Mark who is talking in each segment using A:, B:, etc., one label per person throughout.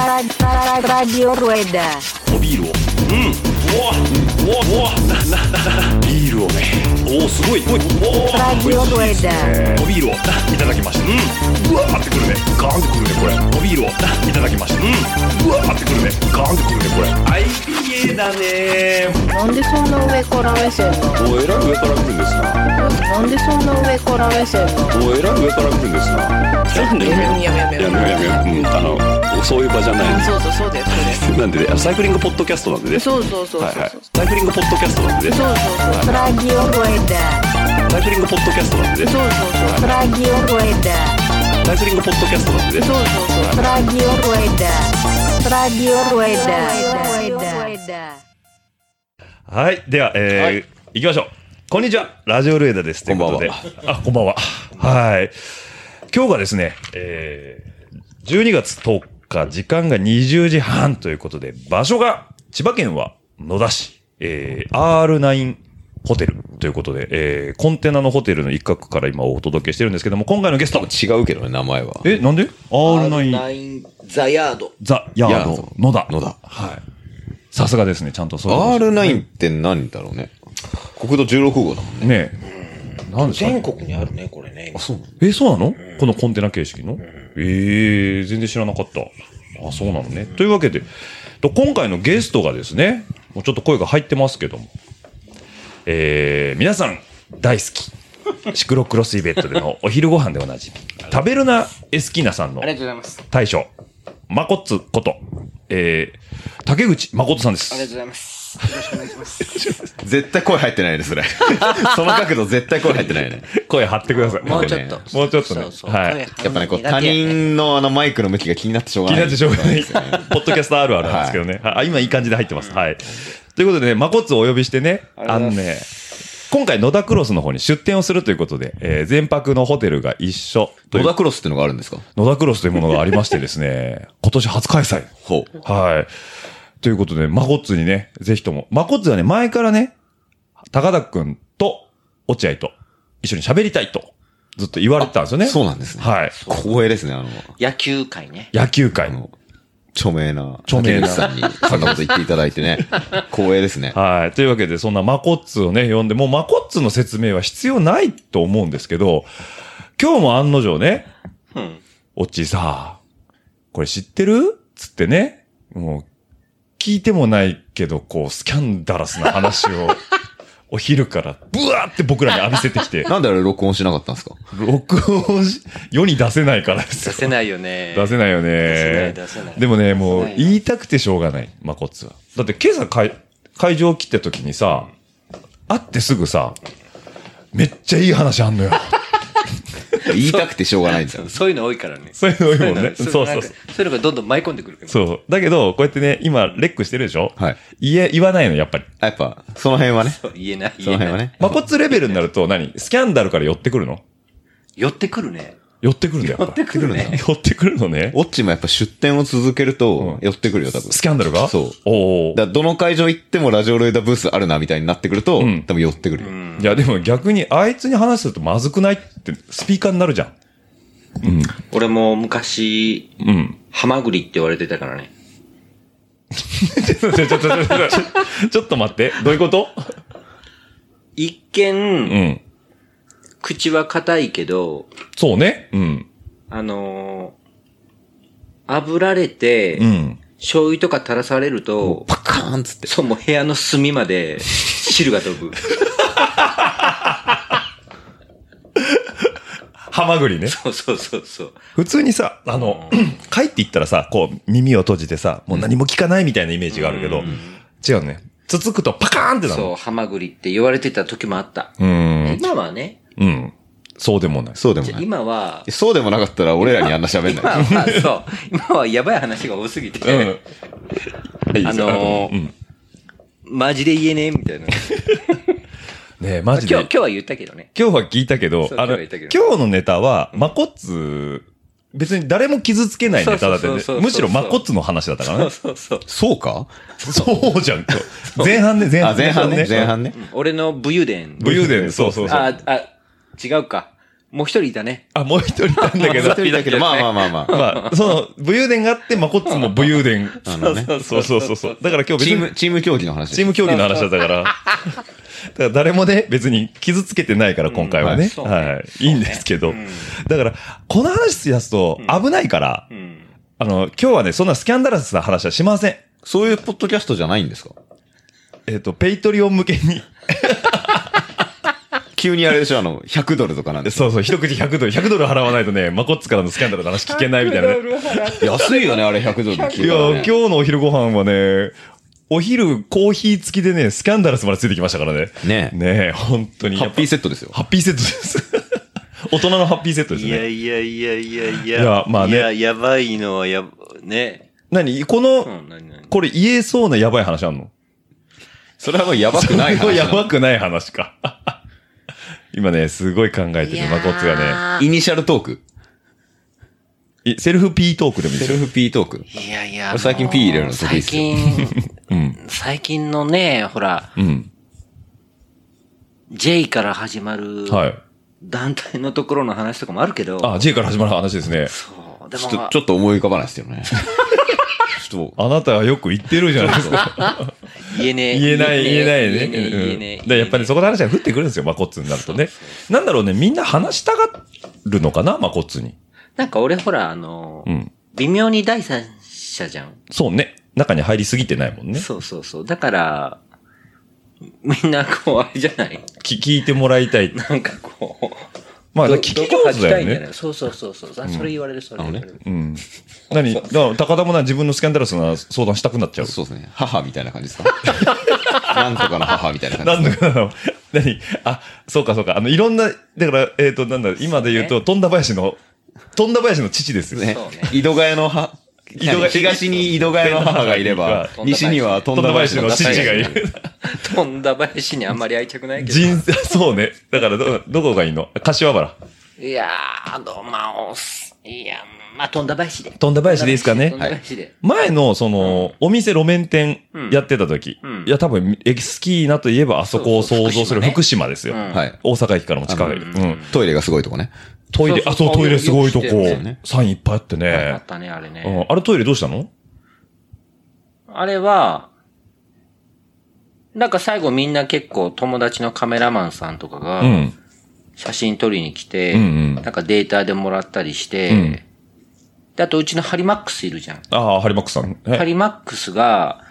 A: Radio Rueda.
B: おビールをうんうわうわうわななななビールをねおおすごいおいおお
A: Radio Rueda.
B: おビールをないただきましたうんうわーってくるねガーンってくるねこれおビールをないただきましたうんうわーってくるねガーンってくるねこれ IPA だね
C: なんでそんな上から目線なの
B: おえらい上から来るんですな
C: なんでそんな上から目線なの
B: おえらい上から来るんですなちょっとやめやめやめやめやめうんあのそういう場じゃない
C: そうそうそうだよそ
B: なんでねサイクリングポッドキャストなんでね
C: れそうそうそうそう
B: はい
C: そう
B: はいサイクリングポッドキャストなんでね
C: そうそうそう
A: Radio Rueda.
B: サイクリングポッドキャストなんでね
C: そうそうそう
A: Radio Rueda.
B: サイクリングポッドキャストなんでね
C: そうそうそう
A: Radio Rueda. Radio Rueda. Radio Rueda.
D: はい。では、えー行きましょう。こんにちは。ラジオルエダです。ということで。
B: こ
D: あ、こんばんは。はい。今日がですね、えー、12月10日、時間が20時半ということで、場所が、千葉県は野田市、えー、R9 ホテルということで、えー、コンテナのホテルの一角から今お届けしてるんですけども、今回のゲスト、
E: 違うけどね、名前は。
D: え、なんで ?R9
F: R9 ザヤード。
D: ザ・ヤー
E: ヤ
D: ド
E: ード
D: 野田。
E: 野田
D: はい。さすがですね、ちゃんとそういうこと
E: R9 って何だろうね。国道16号だもんね。
D: ねえ。なんですかね
F: 全国にあるね、これね。
E: そうなの
D: え、そうなのこのコンテナ形式のええ全然知らなかった。あ、そうなのね。というわけで、と今回のゲストがですね、もうちょっと声が入ってますけども、えー、皆さん大好き。シクロクロスイベントでのお昼ご飯でおなじみ、食べるなエスキーナさんの
F: ありがとうございます。
D: 大将、マコッツこと、えー、竹口マコッツさんで
F: ありがとうご
D: す。
F: ざいます。よろしくお願いします。
E: 絶対声入ってないね、それ。 その角度絶対声入ってないね。
D: 声張ってください。
E: もうちょっ
D: ねもうちょっとね。はい。
E: やっぱね、こう、他人のあのマイクの向きが気になってしょうが
D: 気にな
E: な。
D: いってしょうがない。ポッドキャストあるあるなんですけどね。あ今いい感じで入ってます。はい。ということでね、マコッツをお呼びしてね、あのね、今回野田クロスの方に出店をするということで、えー全泊のホテルが一緒とい
E: 野
D: う
E: 田クロスってのがあるんですか
D: 野田クロスというものがありましてです ね、今年初開催。
E: ほう。
D: はい。ということで、マコッツにね、ぜひとも。マコッツはね、前からね、高田くんと落合と一緒に喋りたいと、ずっと言われてたんですよね。
E: そうなんですね。
D: はい。
E: 光栄ですね、あの、
F: 野球界ね。
D: 野球界
E: あ
D: の。
E: の、著名な、
D: 著名な
E: 竹内さんに、そんなこと言っていただい てね。光栄ですね。
D: はい。というわけで、そんなマコッツをね、呼んで、もうマコッツの説明は必要ないと思うんですけど、今日も案の定ね、
F: うん。
D: オッチーさ、これ知ってるつってね、もう、聞いてもないけど、こう、スキャンダラスな話を、 お昼から、ブワーって僕らに浴びせてきて、
E: なんであれ録音しなかったんですか
D: 録音し、世に出せないからですよ。
F: ないよね
D: 出せないよね。
F: 出せない出せない
D: でもね、もう
F: 出せない
D: 言いたくてしょうがない、マコッツは。だって今朝会会場来た時にさ、会ってすぐさ、めっちゃいい話あんのよ。
E: 言いたくてしょうがないんですよ。
G: そういうの多いからね。
D: そういうの多いもんね。
G: そ
D: そうう
G: いうの
D: そ
G: なん
D: う
G: か
D: そう。
G: そういうのがどんどん舞い込んでくるから。
D: そう。だけど、こうやってね、今、レックしてるでしょ
E: はい。
D: 言え、言わないの、やっぱり。
E: やっぱ、その辺はね。そ
G: そう言えない。
E: の
G: 言え
E: 辺
G: な。
E: はいね。
D: マコッツレベルになると何、スキャンダルから寄ってくるの
G: 寄ってくるね。
D: 寄ってくるんだよ、やっぱ。寄
E: くるね
D: ってくるのね。
E: オッチもやっぱ出店を続けると、寄ってくるよ、多分。
D: スキャンダルが
E: そう。
D: おお。
E: だからどの会場行ってもラジオルエダブースあるな、みたいになってくると、
D: ん
E: 多分寄ってくるよ。
D: いや、でも逆に、あいつに話するとまずくないって、スピーカーになるじゃん。
F: 俺も昔、
D: うん。
F: ハマグリって言われてたからね。
D: ちょっとちょっとちょっとちょっとちょっと待って。どういうこと
F: 一見、
D: うん。
F: 口は硬いけど、
D: そうね。うん。
F: あのー、炙られて、
D: うん。
F: 醤油とか垂らされると、
E: パカーンっつって。
F: そう、もう部屋の隅まで 汁が飛ぶ。
D: ハマグリね。
F: そうそうそうそう。
D: 普通にさ、あの、帰っていったらさ、こう、耳を閉じてさ、もう何も聞かないみたいなイメージがあるけど、違うね。つつくとパカーンってなる
F: そう、ハマグリって言われてた時もあった。
D: うーん。
F: 今はね、
D: うん。そうでもない。
E: そうでも
F: じゃあ
E: ない。
F: 今は、
E: そうでもなかったら俺らにあんな喋ん
F: 今
E: ない。
F: は、そう、今はやばい話が多すぎて、
D: うん。
F: あのーマジで言えねえみたいな。
D: ねえ、マジで。
F: 今日、今日は言ったけどね。
D: 今日は聞いたけど
F: そ、う
D: あ
F: 今日は
D: の、
F: 言ったけど
D: 今日のネタは、マコッツ、別に誰も傷つけないネタだって
F: そう
D: ね
F: そうそうそうそう
D: むしろマコッツの話だったからね。
F: そうそう。
E: そうか
D: そうじゃん。前半ね、前
E: あ、
D: 半
E: 前半ね。前半ね。
F: 俺の武勇伝。
D: 武勇伝、そうそうそう。
F: あ、あ、違うか。
G: もう一人いたね。
D: あ、もう一人いたんだけ
E: 一
D: ど、
E: 人だけど、まあまあまあまあ。
D: まあ、その、武勇伝があって、まこっつも武勇伝。
E: あのね
D: そうそうそうそう。だから今日
E: チ
D: 別
E: ー
D: に
E: ム、チーム競技の話。
D: チーム競技の話だった から。だから誰もね、別に傷つけてないから、今回は
E: う
D: ね。
E: ん
G: そうね
D: はい。いいんですけど
G: うん。
D: だから、この話しやすと危ないから、
G: うん。
D: あの、今日はね、そんなスキャンダラスな話はしません。
E: そういうポッドキャストじゃないんですか
D: えっと、ペイトリオン向けに、
E: 急にあれでしょ、あの、100ドルとかなんです。
D: そうそう、一口100ドル、100ドル払わないとね、まこっつからのスキャンダルの話聞けないみたいなね。
E: 安いよね、あれ100ドル聞
D: い
E: い
D: や、
E: たら
D: 今
E: ね
D: 日のお昼ご飯はね、お昼コーヒー付きでね、スキャンダラスまでついてきましたからね。
E: ねえ
D: ねえ、本当に。
E: ハッピー
D: セッ
E: セットですよ
D: ト。。ハッピーセットです。 大人のハッピーセットです
G: いや
D: ね。
G: いやいやいやいや。
D: いやまあね
G: いや、やばいのはやば、 ね。
D: 何この、
G: うん、なになに
D: これ言えそうなやばい話あんの
E: それはもうやばくない
D: すご
E: 話
D: や
E: なの
D: ばくない話か。 今ね、すごい考えてる、マコツがね
E: イニシャルトーク。
D: い。セルフ P トークでもいいです
E: セ
D: よ
E: ル。フ P トーク。
G: いやいや。
E: 俺最近
G: もう
E: P 入れるの得意
G: 最
E: っすよ
G: 近、
D: うん。
G: 最近のね、ほら、
D: うん。
G: J から始まる
D: はい。
G: 団体のところの話とかもあるけど、
D: あ、J から始まる話ですね。
G: そうで
E: ちょ
G: も
E: っと、ちょっと思い浮かばないですよね。ちょっと、
D: あなたはよく言ってるじゃないですか。
G: 言えねえ。
D: 言えない、言えない
G: 言えね
D: ね。
G: え言え
D: うん
G: ねえ。
D: だからやっぱりそ
G: こ。
D: この話が降ってくるんですよ、マコッツになるとね。なんだろうね、みんな話したがるのかな、マコッツに。
G: なんか俺ほら、あの
D: う、ん。
G: 微妙に第三者じゃん。
D: そうね。中に入りすぎてないもんね。
G: そうそうそう。だから、みんなこう、あれじゃない
D: き聞いてもらいたい。
G: なんかこう、
D: まあ、
G: ど
D: 聞き上手だよ
G: どこ吐きたいんじゃ
D: ね
G: な。いそうそうそうそう。あそれ言われる、それ言われる。
D: うん。何だから、高田もな、自分のスキャンダラスな相談したくなっちゃう。
E: そうですね。母みたいな感じです かなんとかの母みたいな感じ
D: なんだかな、何あ、そうかそうか。あの、いろんな、だから、えっ、と、なんだ、今で言うと、富田林の、富田林の父ですよ
E: ね
G: そうね。
E: 井戸ヶ谷の母、
D: 戸ヶ谷
E: 東に井戸ヶ谷の母がいれば、
G: そう
E: 西には富
D: 富田
E: 田林
D: 林
E: の
D: の父
E: 父
D: が
E: がい
D: い
E: る。
D: る。
G: 飛んだ林にあんまり愛着ないけど。
D: 人生、そうね。だからど、どこがいいの柏原。
G: いやー、どうまあ、おっす。いや、まあ、飛んだ林で。
D: 富田林でいいですかね
G: 飛んだ林で。
D: 前の、その、お店路面店やってた時、
G: うん
D: いや、多分、駅好きなといえば、あそこを
G: そうそ
D: 想
G: う
D: 像する福
G: 福
D: 島ですよ。
G: うん
E: はい。
D: 大阪駅からも近い。
E: あ
G: の
D: うん。
E: トイレがすごいとこね。
D: トイレ、
G: そう
D: あ、
G: そう
D: そう、トイレすごいとこ
G: よく知って
E: るね、
D: サインいっぱいあって
G: あ
D: ね
G: っ。たね、あれね。
D: うんあれトイレどうしたの
G: あれは、なんか最後みんな結構友達のカメラマンさんとかが
D: う、ん。
G: 写真撮りに来て、
D: うんうん
G: なんかデータでもらったりして、
D: うん
G: で、あとうちのハリマックスいるじゃん。
D: ああ、ハリマックさん。え
G: ハリマックスが、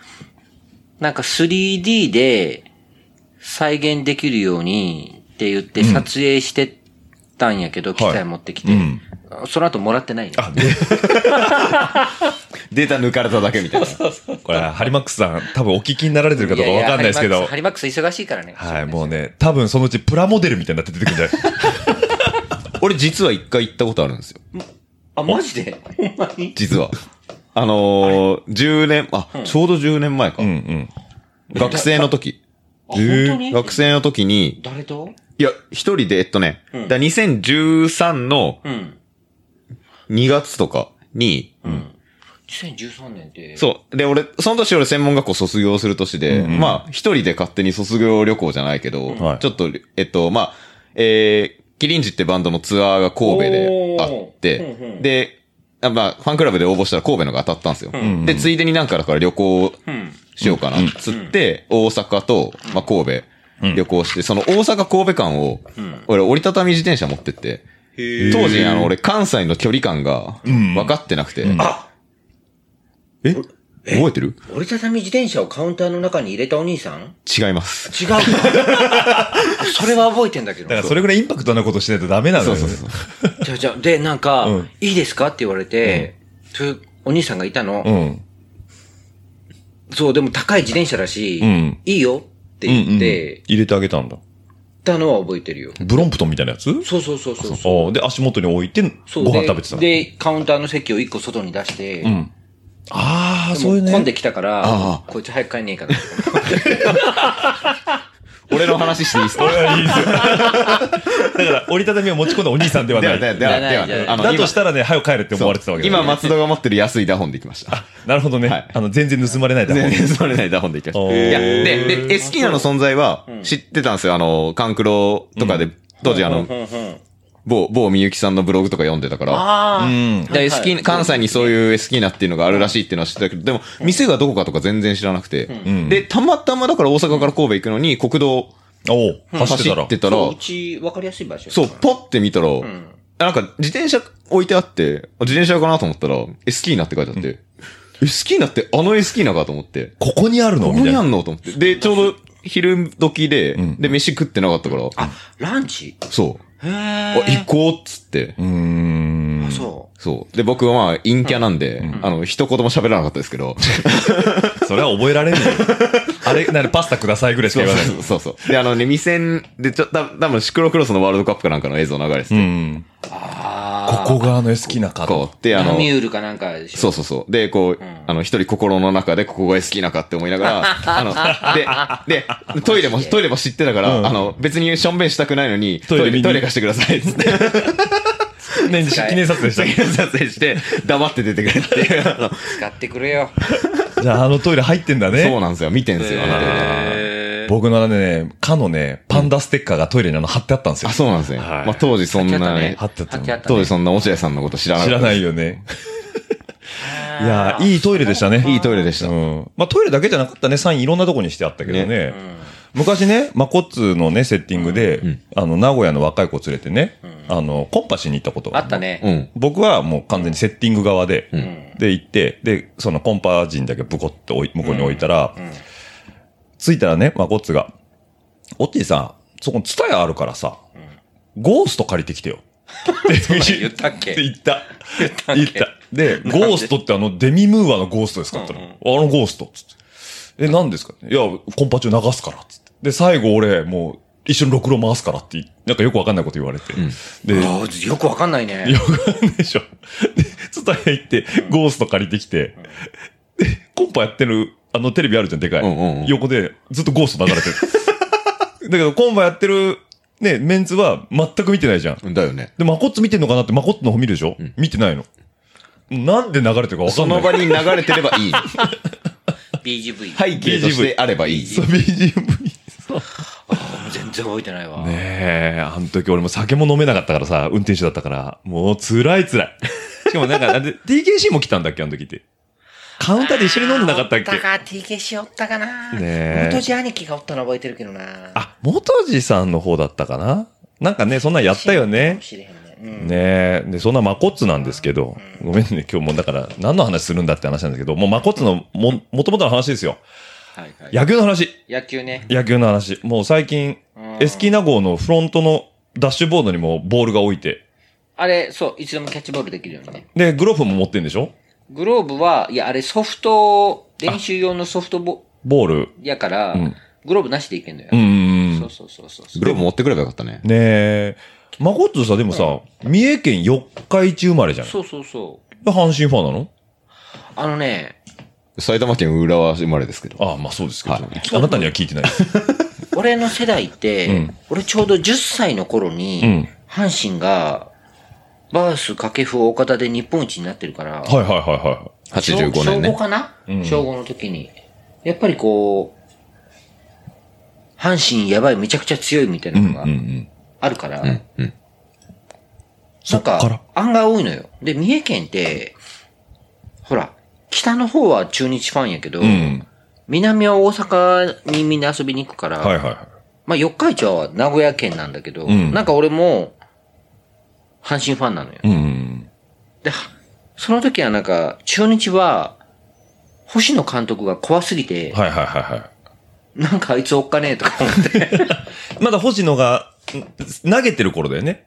G: なんか 3D で再現できるようにって言って撮影してたんやけど、機材持ってきて、
D: うん
G: その後もらってないね。
D: あ、で、
E: データ抜かれただけみたいな。
D: これ、ハリマックスさん、多分お聞きになられてるかどうかわかんないですけ
G: や
D: ど
G: やハ。リマックスハリマックス忙しいからね。
D: はい、もうね、多分そのうちプラモデルみたいになって出てくるんじゃ ない
E: 俺実は一回行ったことあるんですよ。
G: あ、マジでほんまに
E: 実は。あのー、10年、あ、ちょうど10年前か
D: う。んうん。
E: 学生の時。
G: あ本当に
E: 学生の時に、
G: 誰と
E: いや、一人で、えっとね、
G: ん
E: だから2013の
G: うん。
E: 2月とかに、
G: うん。2013年って。
E: そう。で、俺、その年俺専門学校卒業する年で、まあ、一人で勝手に卒業旅行じゃないけど、
D: はい
E: ちょっと、えっと、まあ、えー、キリンジってバンドのツアーが神戸であって、
G: おーうんうん
E: で、あまあ、ファンクラブで応募したら神戸のが当たったんですよ。
D: ん
E: で、ついでになんかだから旅行
G: うん。
E: しようかな、つって、大阪と、まあ、神戸旅行して、その大阪神戸間を、俺折りたたみ自転車持ってって、当時、あの、俺関西の距離感が分かってなくて、
G: あ
E: え覚えてる
G: 折りたたみ自転車をカウンターの中に入れたお兄さん
E: 違います。
G: 違う かそれは覚えてんだけど。
D: だからそれぐらいインパクトなことしないとダメなのよ、ね。
E: そうそうそう
G: じゃあじゃあで、なんか、
D: うん
G: いいですかって言われて、そういうお兄さんがいたの、
D: うん。
G: そう、でも高い自転車だし、
D: うん
G: いいよって
D: うんう
G: 言
D: ん。
G: って、
D: 入れてあげたんだ。
G: 行ったのは覚えてるよ。
D: ブロンプトンみたいなやつ
G: そうそうそうそうそう。
D: ああで、足元に置いて、
G: そ
D: ご
G: う
D: 飯
G: で
D: 食べてたの。
G: で、カウンターの席を一個外に出して、
D: うん。ああ、
G: で
D: そういう
G: も
D: ね。
G: 混んできたから、
E: あ
G: こいつ早く帰んねえから。
E: 俺の話していい ですか
D: いいですよ。 だから、折りたたみを持ち込んだお兄さんでは
E: で
D: な。
E: はいでは
D: だ
E: ではでは
G: じゃない
E: あの
D: としたらね、早く帰れって思われてたわけだ
E: 今
D: よ
E: 今松戸が持ってる安いダホンで行きました。
D: なるほどね。
E: はい
D: あの、全然盗まれないだろう
E: 全。然盗まれないダホンで行きま
D: お
E: した。
D: ー
E: いや、で、で、エスキーナの存在は知ってたんですよ。あの、カンクロとかで、当時あの、
G: うんうん。
E: 某、某みゆきさんのブログとか読んでたから。
G: ああ、
D: うん
E: で、エスキー関西にそういうエスキーナっていうのがあるらしいっていうのは知ってたけど、でも、店がどこかとか全然知らなくて。
D: ん
E: で、たまたまだから大阪から神戸行くのに国道
D: おう走って
E: 走
D: たら
E: ってたら、
G: そううち分かりやすい場所やか
E: そ
G: ら
E: う、パッて見たら、なんか自転車置いてあって、あ自転車かなと思ったら、エスキーナって書いてあって、エスキーナってあのエスキーナかと思って、
D: ここにあるの
E: こ
D: み
E: こ
D: たい
E: に
D: な
E: あ
D: ん
E: のと思って。で、ちょうど昼時で、
D: ん
E: で、飯食ってなかったから、
G: あ、ランチ
E: そう、
G: へえ。
E: あ、行こうっつって、
D: うーん
G: あ、そ
E: そう。で、僕はまあ、陰キャなんで、あの、一言も喋らなかったです けど、
D: それは覚えられないあれなにパスタくださいぐらいしか
E: そう
D: 言わない
E: そうそうそう。で、あのね、未戦で、ちょ、た多分シクロクロスのワールドカップかなんかの映像流れてて、
D: うん
G: あ
D: ここがあの S 好きなカード
E: こう、で、
G: あ。
E: あ
G: ナ
E: の、
G: ミュールかなんかでしょ
E: そうそうそう。で、こう、あの、一人心の中でここが好きなかって思いなが ら、あの、で、で、トイレも、トイレも知ってたから、あの、別にしょんべんしたくないのに、
D: ト
E: ト
D: イレ
E: イ
D: 見
E: レ、
D: に
E: トイレ貸してください、つって、
D: ね記念撮影した
E: 撮影して、黙って出てくれっていう。あの
G: 使ってくれよ。
D: じゃああのトイレ入ってんだね
E: そうなんですよ。見てんすよ、あのトイレ
D: 僕のね、かのね、パンダステッカーがトイレにあの貼ってあったんですよ
E: あ、。そうなんですね。
D: はい
E: まあ、当時そんなね、
D: 貼ってあった
G: 貼っ
D: の
G: てあった
E: 当
G: ね
E: 時そんな落合さんのこと知らなかっ
D: 知
E: た。
D: らないよね。 いやー、いいトイレでしたね。
E: いいトイレでした
D: うん。まあトイレだけじゃなかったね、サインいろんなとこにしてあったけどね。昔ね、マコッツのね、セッティングで、あの、名古屋の若い子連れてね、あの、コンパしに行ったことが
G: あった。ね。
E: うん。
D: 僕はもう完全にセッティング側で、
G: ん
D: で行って、で、そのコンパ人だけブコって置い向こうに置いたら、着いたらね、まあ、ゴッツが、オッティさん、そこにツタヤあるからさ、ゴースト借りて きてよ。って
G: 言ったっけ
D: って言った。言った
G: っけ
D: 言った。で、
G: んで
D: ゴーストってあのデミムーアのゴーストですかって言ったら、あのゴーストっつって。え、何ですかいや、コンパ中流すからっつって。で、最後俺、もう、一緒にろくろ回すからって、なんかよくわかんないこと言われて。で、
G: あーよくわかんないね。
D: よくあるでしょ。で、ツタヤ行って、ゴースト借りてきて、で、コンパやってる、あのテレビあるじゃん、でかい。
E: うんうんうん
D: 横で、ずっとゴースト流れて る。だけど、コンパやってる、ね、メンツは全く見てないじゃん。
E: だよね。
D: で、マコッツ見てんのかなって、マコッツの方見るでしょ、見てないの。なんで流れてるかわか
E: そ
D: んな
E: の
D: い。
E: 場に流れてれば いい。
G: BGV。
E: 背景としてあればいい。
D: そう BGV。
G: 全然覚えてないわ。
D: ねえ、あの時俺も酒も飲めなかったからさ、運転手だったから、もう辛い辛い。しかもなんか、あれ TKC も来たんだっけ、あの時って。カウンターで一緒に飲んでなかったっけ
G: おか、TKC おったかな。
D: ねえ
G: 元地兄貴がおったの覚えてるけどな。
D: あ、元地さんの方だったかななんかね、そんなんやったよ
G: か
D: ね
G: も。しれへんね。うん。
D: ねえ。で、そんなマコッツなんですけど、ごめんね、今日もうだから、何の話するんだって話なんですけど、もうマコッツのも、もともとの話ですよ。
G: はいはい。
D: 野球の話。
G: 野球ね。
D: 野球の話。もう最近、
G: うん
D: エスキーナ号のフロントのダッシュボードにもボールが置いて、
G: あれ、そう、いつでもキャッチボールできるようにね。
D: で、グローブも持ってんでしょ
G: グローブは、いや、あれソフト、練習用のソフトボ、
D: ボール。
G: やから、
D: ん
G: グローブなしでいけんのよ
D: う。んうん
G: そううそうそうそう。
E: グローブ持ってくればよかったね
D: ん。。ねえ。マコッツさ、でもさ、三重県四日市生まれじゃない
G: そうそうそう。
D: 阪神ファンなの
G: あのね、
E: 埼玉県浦和生まれですけど。
D: ああ、まあそうですけど、
E: はい
D: あなたには聞いてない。
G: 俺の世代って、
D: うん
G: 俺ちょうど10歳の頃
D: う
G: に、
D: ん。
G: 阪神が、バース掛布大方で日本一になってるから、
D: はいはいはいは
G: 小
E: 85年
G: 小5
E: ね。
G: かな、
D: うん。
G: 小5の時に。やっぱりこう、阪神やばい、めちゃくちゃ強いみたいないのが
D: うんうん。
G: あるから、
E: うん、うん。
G: なん
D: そっから
G: か、案外多いのよ。で、三重県って、ほら、北の方は中日ファンやけど、
D: ん
G: 南は大阪にみんな遊びに行くから、
D: はいはいは
G: まあ、四日市は名古屋県なんだけど、
D: うん
G: なんか俺も、阪神ファンなのよ。
D: い。うん。
G: で、その時はなんか、中日は、星野監督が怖すぎて、
D: はいはいはいは
G: なんかあいつおっかねえとか思 って。
D: い。まだ星野がん投げてる頃だよね。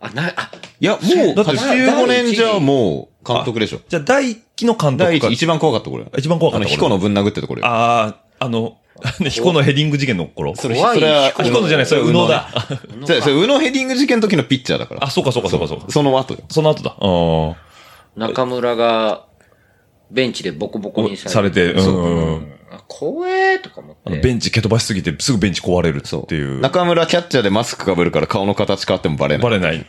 G: あ、な、あ、
E: いや、もう、
D: だって
E: 85年じゃもう、監督でしょ。
D: じゃあ第一期の監督
E: 第
D: か
E: 一、一番怖かったこれ。
D: 一番怖かった
E: あの、
D: 頃
E: 彦のぶん殴ってところよ。
D: ああ、あの、 彦のヘディング事件の頃。
E: それ、
G: 怖い
E: それは、
G: 彦
D: 彦のじゃない、それ宇野だ。
E: 宇野ね。それ、宇野ヘディング事件の時のピッチャーだから。
D: あ、そうかそうかそうかそうか。
E: その後よ。
D: その後だ。う
G: 中村が、ベンチでボコボコに
D: ん。
G: さ
D: され
G: れて。
D: て、うんうんうん。
G: あ怖えとか思っ
D: あの
G: て。
D: ベンチ蹴飛ばしすぎて、すぐベンチ壊れるっていう。
E: 中村キャッチャーでマスクかぶるから顔の形変わってもバレない。
D: バレない。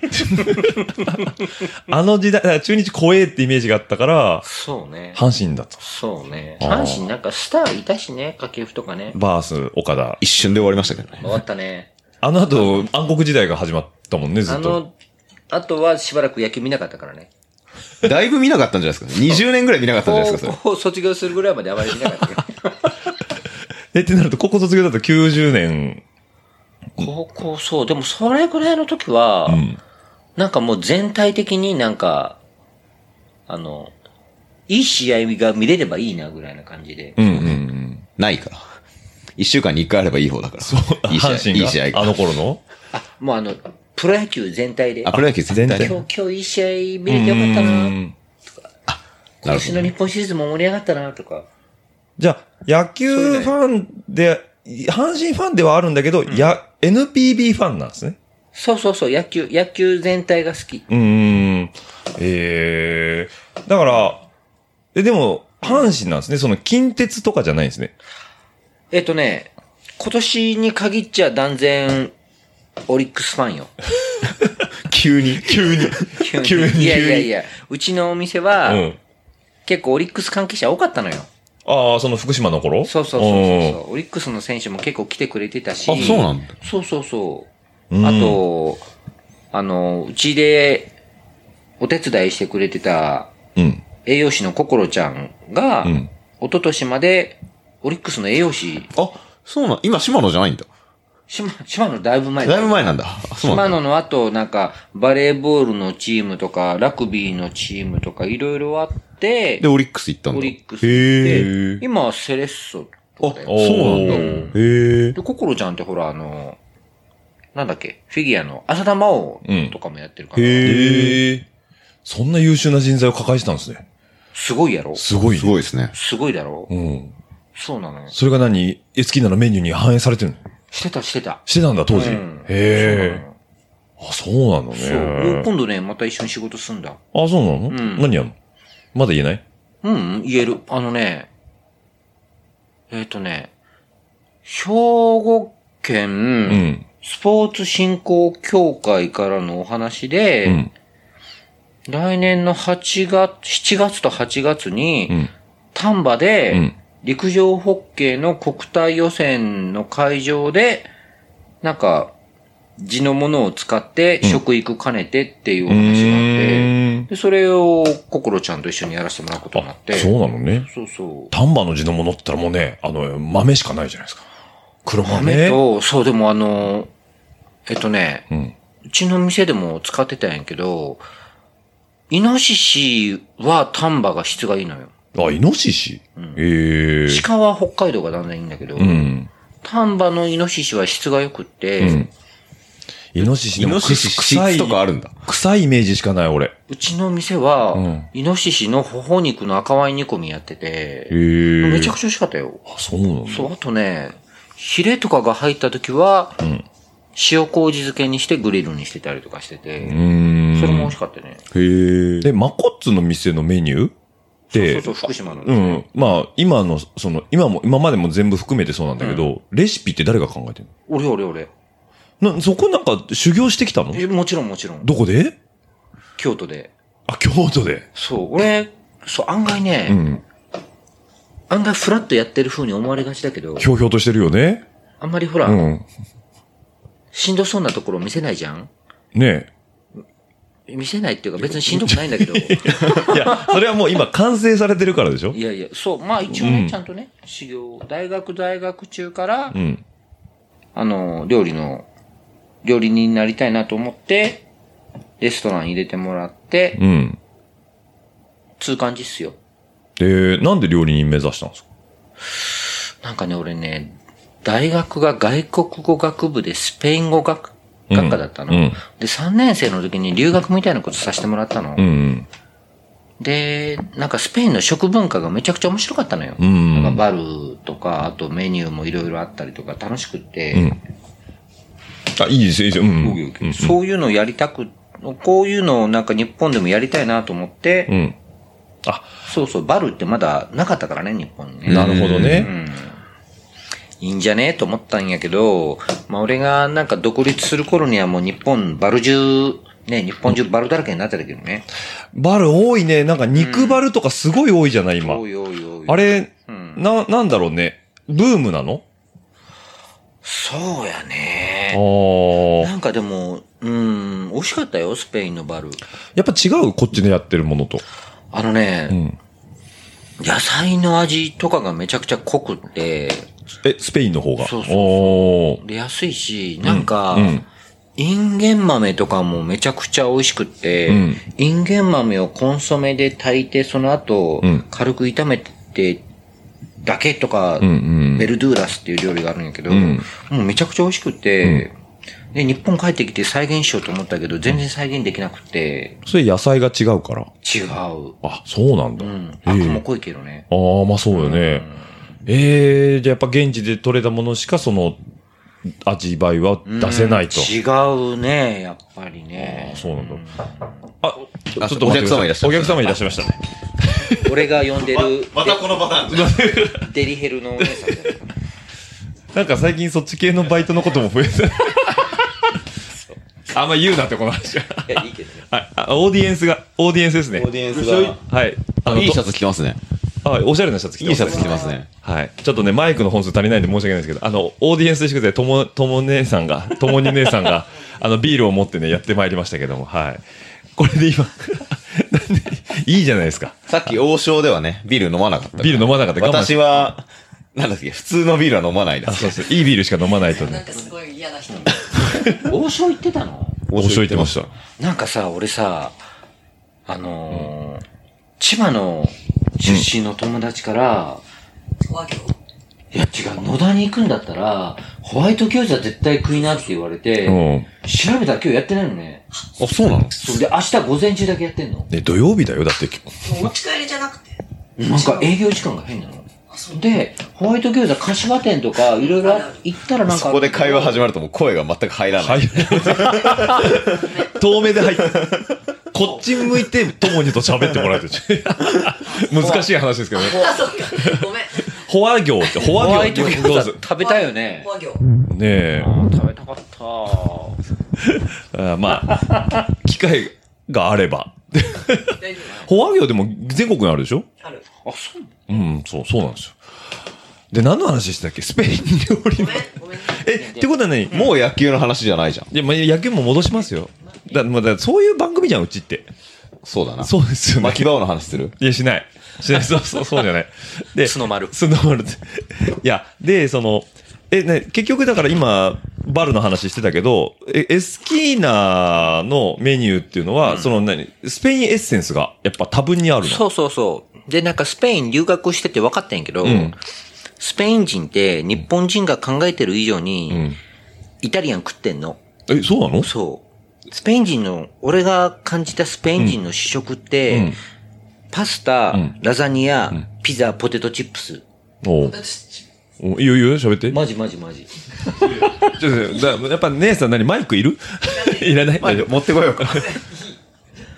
D: あの時代、だから中日怖えってイメージがあったから、
G: そうね。
D: 阪神だと。
G: そうね。
D: あー
G: 阪神なんかスターいたしね、掛布とかね。
D: バース、岡田。
E: 一瞬で終わりましたけどね。
G: 終わったね。
D: あの後、暗黒時代が始まったもんね、ず
G: あ
D: っと。
G: のあとはしばらく野球見なかったからね。
E: だいぶ見なかったんじゃないですか。20年ぐらい見なかったんじゃな
G: 高
E: いですか、そ
G: 校卒業するぐらいまであまり見なかったけど。
D: え、ってなると、高校卒業だと90年。
G: 高校そう。でもそれぐらいの時は、なんかもう全体的になんか、あの、いい試合が見れればいいなぐらいな感じで。
D: うんうんうん。
E: れ。ないから。1週間に1回あればいい方だから。いい
D: 阪
E: 試合。
D: 神
E: い
D: が
E: い試合
D: あ
E: が。
D: の頃の
G: もうあの、プロ野球全体で。
E: あ、プロ野球全体
D: 全
E: ね
D: 体
G: 今日、今日いい試合見れてよかった
D: う
G: な。
D: ん
G: 今年の日本シリーズも盛り上がったなとか。
D: じゃあ、野球ファンで、阪神ファンではあるんだけど、や、NPB ファンなんですね。
G: そうそうそう、野球、野球全体が好き。
D: うーん。ええだから、え、でも、阪神なんですね。その、近鉄とかじゃないんですね。
G: えっとね、今年に限っちゃ断然、オリックスファンよ。
E: 急に。急に。
D: 急に
G: いやいやいや、うちのお店は、
D: うん。
G: 結構オリックス関係者多かったのよ。
D: ああ、その福島の頃
G: そうそうそうそうそう。オリックスの選手も結構来てくれてたし。
E: あそうなんだ
G: そうそうそう。
D: うん
G: あと、あの、うちでお手伝いしてくれてた
D: うん。うん。
G: 栄養士の心ちゃんが、
D: うん
G: 一昨年までオリックスの栄養士、
E: あ、そうなん、今、島野じゃないんだ。
G: 島島野だいぶ前
E: だいぶ前なんだ。あそ
G: 島
E: うなんだ。
G: 野の後、なんか、バレーボールのチームとか、ラグビーのチームとか、いろいろあって
E: で、、オリックス行ったん
G: オ
E: だ。
G: リックス
E: へ
G: で
E: ー、
G: 今はセレッソとかだよ
E: あそうなんだ。へえ。
G: で、心ちゃんってほら、あの、なんだっけ、フィギュアの浅田真央とかもやってるから、
D: へえ。そんな優秀な人材を抱えてたんですね。
G: すごいやろ
D: すごい、ね。
E: すごいですね。
G: すごいだろ
D: うん。
G: そうなのよ。
D: それが何え、好きなのメニューに反映されてるの
G: してた、してた。
D: してたんだ、当時。
G: うん
D: へえ。あ、そうなの
G: そうなのよ。そう。
D: ね。
G: 今度ね、また一緒に仕事すんだ。
D: あ、そうなの、
G: ん
D: 何やんのまだ言えない
G: うん、うん言える。あのね、えっ、とね、兵庫県、
D: うん。
G: スポーツ振興協会からのお話で、
D: うん。
G: 来年の8月、7月と8月に、
D: うん。
G: 丹波
D: う
G: で
D: ん、
G: 陸上ホッケーの国体予選の会場で、なんか、地のものを使って食育兼ねてっていうお
D: う
G: 話があって、
D: ーん。
G: で、それを心ちゃんと一緒にやらせてもらうことになって、
D: あ、そうなのね。
G: そうそう。
D: 丹波の地のものって言ったらもうね、あの、豆しかないじゃないですか。黒
G: 豆
D: 豆。
G: と、そうでもあの、えっとね、
D: うん。
G: うちの店でも使ってたんやけど、イノシシは丹波が質がいいのよ。
D: あ、イノシシ。ええ。
G: 鹿は北海道が断然いいんだけど、
D: うん。
G: 丹波のイノシシは質が良くって、
D: うんイノシシ
E: イ
D: でも
E: ノシシ、シ
D: 臭
E: ー
D: い
E: ツとかあるんだ。
D: 臭いイメージしかない、俺。
G: うちの店は、
D: うん
G: イノシシの頬肉の赤ワイン煮込みやってて、
D: ええ。
G: めちゃくちゃ美味しかったよ。
D: あ、そうなの
G: そう、あとね、ヒレとかが入った時は、塩麹漬けにしてグリルにしてたりとかして
D: う
G: て、
D: ーん。
G: それも美味しかったね。
D: へえ。で、マコッツの店のメニューって、
G: そうそうそう、福島の。
D: うん。まあ、今の、その、今も、今までも全部含めてそうなんだけど、レシピって誰が考えてる
G: 俺俺俺。
D: のな、そこなんか修行してきたの
G: えもちろんもちろん。
D: どこで
G: 京都で。
D: あ、京都で。
G: そう、俺、そう、案外ね、
D: うん。
G: 案外フラッとやってる風に思われがちだけど、
D: ひょうひょうとしてるよね。
G: あんまりほら、
D: うん。
G: しんどそうなところ見せないじゃん
D: ね
G: 見せないっていうか別にしんどくないんだけど。
D: え。いや、それはもう今完成されてるからでしょ
G: いやいや、そう、まあ一応ね、
D: うん
G: ちゃんとね、修行、大学大学中から、
D: うん。
G: あの、料理の、料理人になりたいなと思って、レストラン入れてもらって、
D: うん。
G: つう感じっすよ。
D: で、なんで料理人目指したんですか
G: なんかね、俺ね、大学が外国語学部でスペイン語学、学科だったの。
D: うん
G: で、3年生の時に留学みたいなことさせてもらったの。
D: うん。
G: で、なんかスペインの食文化がめちゃくちゃ面白かったのよ。
D: うん
G: なんかバルとか、あとメニューもいろいろあったりとか楽しくって、
D: んあ、いいですよ、いいですよ。うん。うん
G: そういうのをやりたく、こういうのをなんか日本でもやりたいなと思って、
D: うん。
G: そうそう、バルってまだなかったからね、日本にね。
D: なるほどね。
G: うんいいんじゃねえと思ったんやけど、まあ俺がなんか独立する頃にはもう日本バル中、ね、日本中バルだらけになってたけどね。
D: バル多いね。なんか肉バルとかすごい多いじゃない、今。
G: おいおいおい
D: あれ、
G: うん
D: な、なんだろうね。ブームなの
G: そうや
D: あ
G: ね。
D: あ。
G: なんかでも、うん、美美味しかったよ、スペインのバル。
D: やっぱ違うこっちでやってるものと。
G: あのね、
D: ん
G: 野菜の味とかがめちゃくちゃ濃くて、
D: え、スペインの方が。
G: そうそうそう
D: おー
G: で安いし、なんか、
D: うん
G: インゲン豆とかもめちゃくちゃ美味しくって、
D: ん
G: インゲン豆をコンソメで炊いて、その後、
D: ん
G: 軽く炒めてだけとか、
D: うんうん
G: ベルドゥーラスっていう料理があるんやけど、
D: ん
G: もうめちゃくちゃ美味しくて、で、日本帰ってきて再現しようと思ったけど、全然再現できなくて、
D: それ野菜が違うから。
G: 違う。
D: あ、そうなんだ。
G: うん。
D: え
G: 悪
D: え
G: も濃いけどね。
D: ああ、まあそうよね。ええじゃあやっぱ現地で採れたものしかその味わいは出せないと。
G: うん違うね、やっぱり
D: あ
G: ね
D: あ、。そうなんだ。あ、ちょ
E: あ
D: ちょっと待ってくださ
E: お客様いらっしゃい
D: お
E: まし
D: 客様いらっしゃいました
E: た
D: ね。
G: 俺が呼んでる、
E: のパターンじゃん。
G: デリヘルのお姉さんじゃない
D: なんか最近そっち系のバイトのことも増え てあんま言うなってこの話は。
G: いや、いいけどね。
D: はい、あオーディエンスが、オーディエンスですね。
E: オーディエンスが
D: はい。あ
E: いいシャツ着てますね。
D: はい、おしゃれなシャツ着て。
E: いいシャツ着てますすね。
D: はい。ちょっとね、マイクの本数足りないんで申し訳ないですけど、あの、オーディエンスでしてください。とも、とも姉さんが、ともに姉さんが、 あの、ビールを持ってね、やってまいりましたけども、はい。これで今、 なんでいいじゃないですか。
E: さっき王将ではね、ビール飲まなかったから。
D: ビール飲まなかった我慢し
E: 私は、なんだっけ、普通のビールは飲まないで
D: あ、
E: す。
D: そうそう。いいビールしか飲まないと
H: なん
D: ね。
H: かすごい嫌な人。
G: 王将行ってたの
D: おしょいてました。
G: なんかさ、俺さ、あのー千葉の出身の友達から、
H: 和行。
G: いや違う、野田に行くんだったら、ホワイト餃子絶対食いなって言われて、
D: うん。
G: 調べたら今日やってないのね。
E: あ、そうなの
G: そうで、明日午前中だけやってんの。
D: ね、土曜日だよ。だって、
H: お持ち帰りじゃなくて。
G: なんか営業時間が変なの。で、ホワイト餃子柏店とか、いろいろ行ったらなんか。
E: そこで会話始まるともう声が全く入らない。
D: 遠目で入って、こっち向いて、ともにと喋ってもらうと。難しい話ですけどね。
H: あ、そうか。ごめん。
D: ホワ行って、ホ
G: ホ
D: ワ
G: ワ
D: 行
G: イト
D: って
G: 餃
D: どう
G: 子
D: ぞ。
G: 食べたよね。
H: 和行。
D: ねえ。
G: 食べたかった。
D: あーまあ、機会があれば。
H: 大丈
D: 保安業でも全国にあるでしょ
H: 夫。ある。
G: あ、そう
D: うん、そう、そうなんですよ。で、何の話してたっけスペイン料理
H: ご
D: の
H: め。ん。ごめん。
D: え、ってことはね、もう、
E: もう野球の話じゃないじゃん。
D: いや、まあ、野球も戻しますよ。だ、まあ、だそういう番組じゃん、うちって。
E: そうだな。
D: そうですよね。
E: 巻き場王の話する
D: いや、しない。しない。そう、そう、そうじゃない。で、
G: スノマル
D: スノマルって。いや、で、その、え、ね、結局だから今、バルの話してたけど、えエスキーナのメニューっていうのは、その何、スペインエッセンスがやっぱ多分にあるの。
G: そうそうそう。で、なんかスペイン留学してて分かったんやけど、
D: ん
G: スペイン人って日本人が考えてる以上に、
D: ん
G: イタリアン食ってんの。
D: え、そうなの
G: そう。スペイン人の、俺が感じたスペイン人の主食って、
D: うん
G: パスタ、
D: ん
G: ラザニア、ピザ、ポテトチップス。
D: おうおいいよいいよ、喋って。
G: マジマジマジ。
D: ちょっとだやっぱ姉さん何マイクいるいらない
E: 持ってこようか。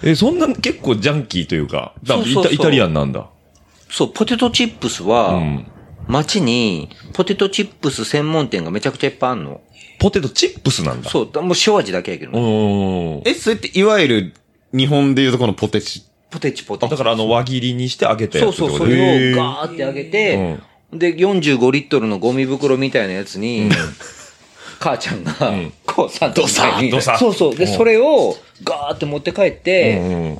D: え、そんな結構ジャンキーというか、だ
G: そうそうそう
D: イタイタリアンなんだ。
G: そう、ポテトチップスは、
D: ん
G: 街にポテトチップス専門店がめちゃくちゃいっぱいあんの。
D: ポテトチップスなんだ。
G: そう、もう塩味だけやけど、
D: うーん。
E: え、それっていわゆる日本でいうとこのポテチ。
G: ポテチポテチ。
D: だからあの輪切りにして揚げたや
G: そう
D: つってこ
G: そ
D: と
G: う、
D: で
G: それをガーってあげて、で、45リットルのゴミ袋みたいなやつに、母ちゃんが、こうさ、ドサ
D: ーンドサーン
G: そうそう。で、それをガーって持って帰っ
D: う
G: て、
D: ん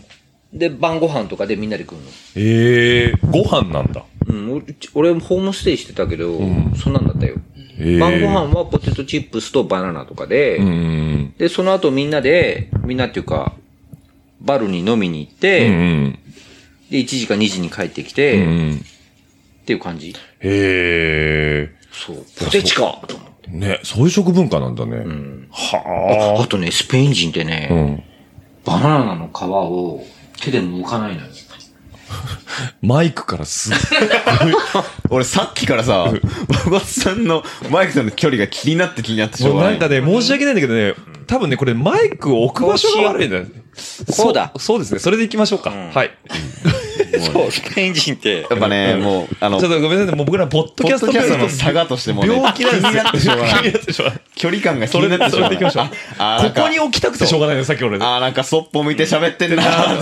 D: うん。
G: で、晩ご飯とかでみんなで食うの。
D: ええご飯なんだ。
G: うん、俺俺ホームステイしてたけど、そんなんだったよ。
D: ええ
G: 晩ご飯はポテトチップスとバナナとかで、
D: うんうん
G: で、その後みんなで、みんなっていうか、バルに飲みに行っ
D: うん。
G: て、
D: うんうん。
G: で、1時か2時に帰ってきて、
D: う
G: っ
D: ん。
G: ていう感じ。
D: へえ。
G: そう。ポテチかと思って。
D: ね、そういう食文化なんだね。は
G: あとね、スペイン人ってね、
D: あ。うん。
G: バナナの皮を手で剥かないのよ。
D: マイクからすっ
E: 俺さっきからさ、馬場さんのマイクさんの距離が気になって気になってし
D: も
E: ょう
D: う
E: が
D: な
E: ない
D: ん。かね、申し訳ないんだけどね、多分ね、これマイクを置く場所が悪いんだよ。
G: そうだ
D: そうですね。それで行きましょうか。
G: ん
D: はい。
G: そう、スペイン人って。
E: やっぱね、もう、
D: ち
E: あ
D: ょ
E: の
D: っ、とごめんなさい。もう僕ら、ポッド
E: ポ
D: キャ
E: ッ
D: スト
E: ドキャスト
D: の
E: の差がとしてもね、
D: 病気
E: 気
D: なん
E: になって
D: です
E: し
D: よ
E: ょうがない。距離感が気になってしょうがない。ああ、な
D: こ
E: んか
D: こに置きたくてしょうがないの、さっき俺。だ
E: あーなんかそっぽ向いて喋ってるな
D: か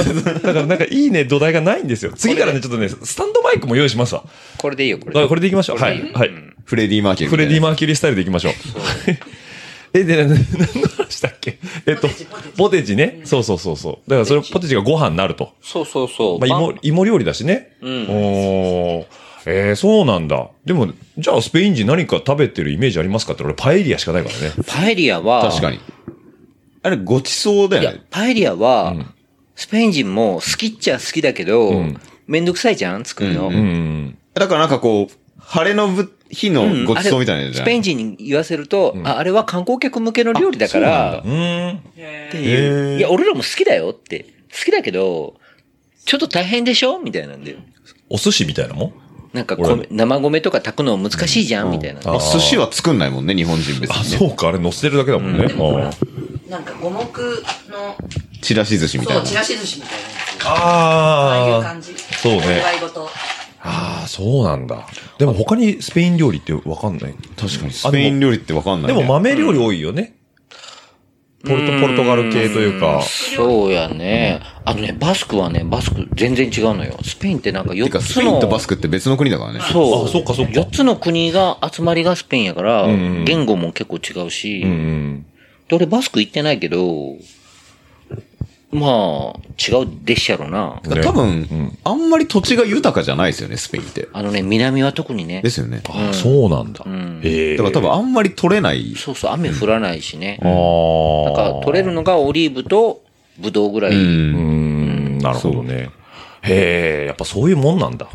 D: らなんかいいね、土台がないんですよ。次からね、ちょっとね、スタンドマイクも用意しますわ。
G: これでいいよ、これ
D: だから
G: で。
D: これで行きましょう。はい。はい。
E: フレディ・マーキュリー。
D: フレディ・マーキュリースタイルで行きましょう。 え、で、なな 何の話だっけえっと
H: ポテチポテチ、
D: ポテチね。そうそうそうそう。だからそれ、ポテチがご飯になると。
G: そうそうそう。
D: まあ、芋、芋料理だしね。
G: うん
D: おーえー、そうなんだ。でも、じゃあスペイン人何か食べてるイメージありますかって俺パエリアしかないからね。
G: パエリアは、
E: 確かに。あれ、ごちそうだ
G: い
E: よ
G: や
E: ね。、
G: パエリアは、
D: うん
G: スペイン人も好きっちゃ好きだけど、
D: うん
G: めんどくさいじゃん作るの。
D: う
E: う
D: んうん。
E: だからなんかこう、晴れのぶ日
G: うん
E: のごちそうみたいなやつじ
G: ス
E: ゃ
G: ペイン
E: ん。
G: 人に言わせると、あ、あれは観光客向けの料理だから、
D: うーん。
G: って
H: へ
G: い
E: へー
G: う。いや、俺らも好きだよって。好きだけど、ちょっと大変でしょみたいなんで。
D: お寿司みたいなもん
G: なんか
D: 俺
G: 米、生米とか炊くの難しいじゃん、みたいな。
E: まあ寿司は作んないもんね、日本人別
D: あ、
E: にね。
D: そうか、あれ乗せてるだけだもんね。あー
H: ーなんか五目の、
E: ちらし寿司みたい
H: そ
E: な
H: う、。ちらし寿司みたいなやつ。ああいう
D: あ
H: 感じ。
D: ー。そう
H: お
D: ね。
H: 祝い事。
D: ああ、そうなんだ。でも他にスペイン料理ってわかんない。
E: 確かに。スペイン料理ってわかんない
D: で
E: ね。
D: も豆料理多いよね。ポルト、ポルトガル系というか。
G: そうやね。あのね、バスクはね、バスク全然違うのよ。スペインってなんか
E: て
G: 4
E: か、
G: つ
E: スペイン
G: の
E: と、バスクって別の国だからね。
G: そう。
D: あそうかそうか
G: 4つの国が集まりがスペインやから、
D: んうん
G: 言語も結構違うし、
D: うんうん。
G: で、俺バスク行ってないけど、まあ、違うでっしゃろな。
E: だから多分、あんまり土地が豊かじゃないですよね、スペインって。
G: あのね、南は特にね
E: で。すよね。だか
D: あそうなんだ。
G: ん
D: へえ。
E: ら多分あんまり取れない。
G: そうそう、雨降らないしね。
D: あ
G: だ
D: あ。
G: から取れるのがオリーブとブドウぐらい。
E: うん
D: うーん、なるほどね。へえ、やっぱそういうもんなんだ。は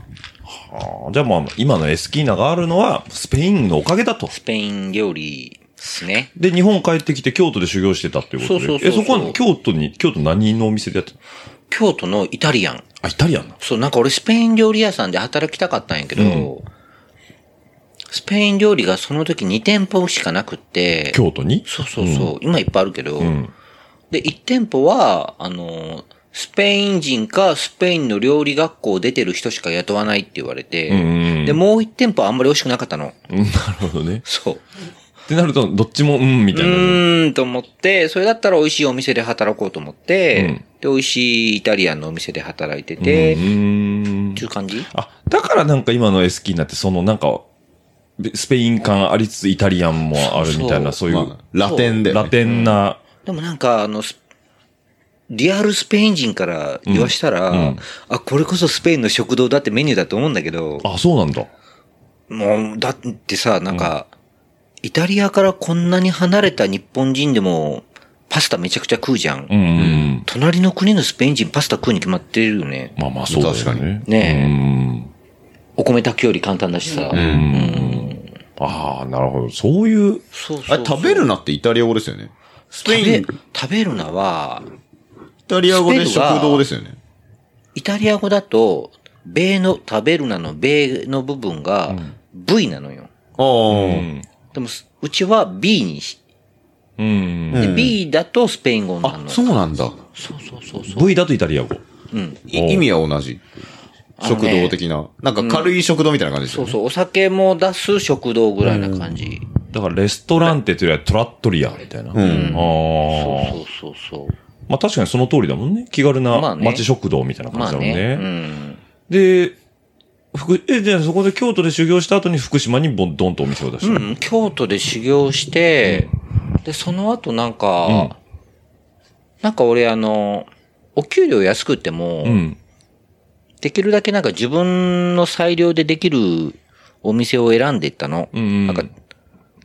D: あじゃあまあ、今のエスキーナがあるのは、スペインのおかげだと。
G: スペイン料理ですね。
D: で、日本帰ってきて京都で修行してたっていうことで。
G: そうそうそうそう
D: え、そこは京都に、京都何のお店でやってたの
G: 京都のイタリアン。
D: あ、イタリアンな。
G: そう、なんか俺スペイン料理屋さんで働きたかったんやけど、スペイン料理がその時2店舗しかなくって、
D: 京都に
G: そうそうそう、今いっぱいあるけど、
D: ん
G: で、1店舗は、あの、スペイン人かスペインの料理学校出てる人しか雇わないって言われて、
D: ん
G: で、もう1店舗はあんまり美味しくなかったの。
D: うん、なるほどね。
G: そう。
D: ってなると、どっちも、うん、みたいな
G: う
D: ね。
G: ーんと思って、それだったら美味しいお店で働こうと思って、で、美味しいイタリアンのお店で働いてて、
D: う
G: っ
D: ーん
G: ていう感じ
D: あ、だからなんか今のエスキーナって、そのなんか、スペイン感ありつつイタリアンもあるみたいな、そうい
E: まあ
D: う、
E: ラテンで。
D: ラテンな、
G: でもなんか、あの、スリアルスペイン人から言わしたら、あ、これこそスペインの食堂だってメニューだと思うんだけど、
D: あ、そうなんだ。
G: もう、だってさ、なんか、イタリアからこんなに離れた日本人でも、パスタめちゃくちゃ食うじゃん。
D: うんうんうん。
G: 隣の国のスペイン人パスタ食うに決まってるよね。
D: まあまあそうだよね。
E: 確かに
G: ねお米炊きより簡単だしさ。
D: え。ああ、なるほど。そういう、
G: そうそう
E: あれ、食べるなってイタリア語ですよね。スペイン、イ
G: 食べ食べるなは、
E: タリア語で食堂ですよね。
G: イタリア語だと、米の、食べるなの米の部分が V なのよ。
E: あ
D: う
E: あ。
D: ん。
G: でも、すうちは B にし、
D: うん。
G: で
E: うん
G: B だとスペイン語な
E: あ、
G: の。
E: そうなんだ。
G: そうそうそうそう。
D: V だとイタリア語。
G: うん。
E: い意味は同じ。
G: あの
E: 食
G: ね
E: 堂的な。なんか軽い食堂みたいな感じです
G: そ
E: よ
G: う
E: ね。
G: そう、お酒も出す食堂ぐらいな感じ。
D: だからレストランテというよりはトラットリアみたいな。
E: うん
D: ああ。
G: そうそうそうそう。
D: まあ確かにその通りだもんね。気軽
G: ま
D: な
G: あね
D: 町食堂みたいな感
G: ま
D: じ
G: あ
D: だもん
G: ね。う
D: ね。
G: ん。
D: で、福、え、じゃあそこで京都で修行した後に福島にボンドンとお店を出した。
G: うん、京都で修行して、で、その後なんか、
D: うん
G: なんか俺あの、お給料安くても、
D: うん。
G: できるだけなんか自分の裁量でできるお店を選んでいったの。
D: うん。
G: なんか、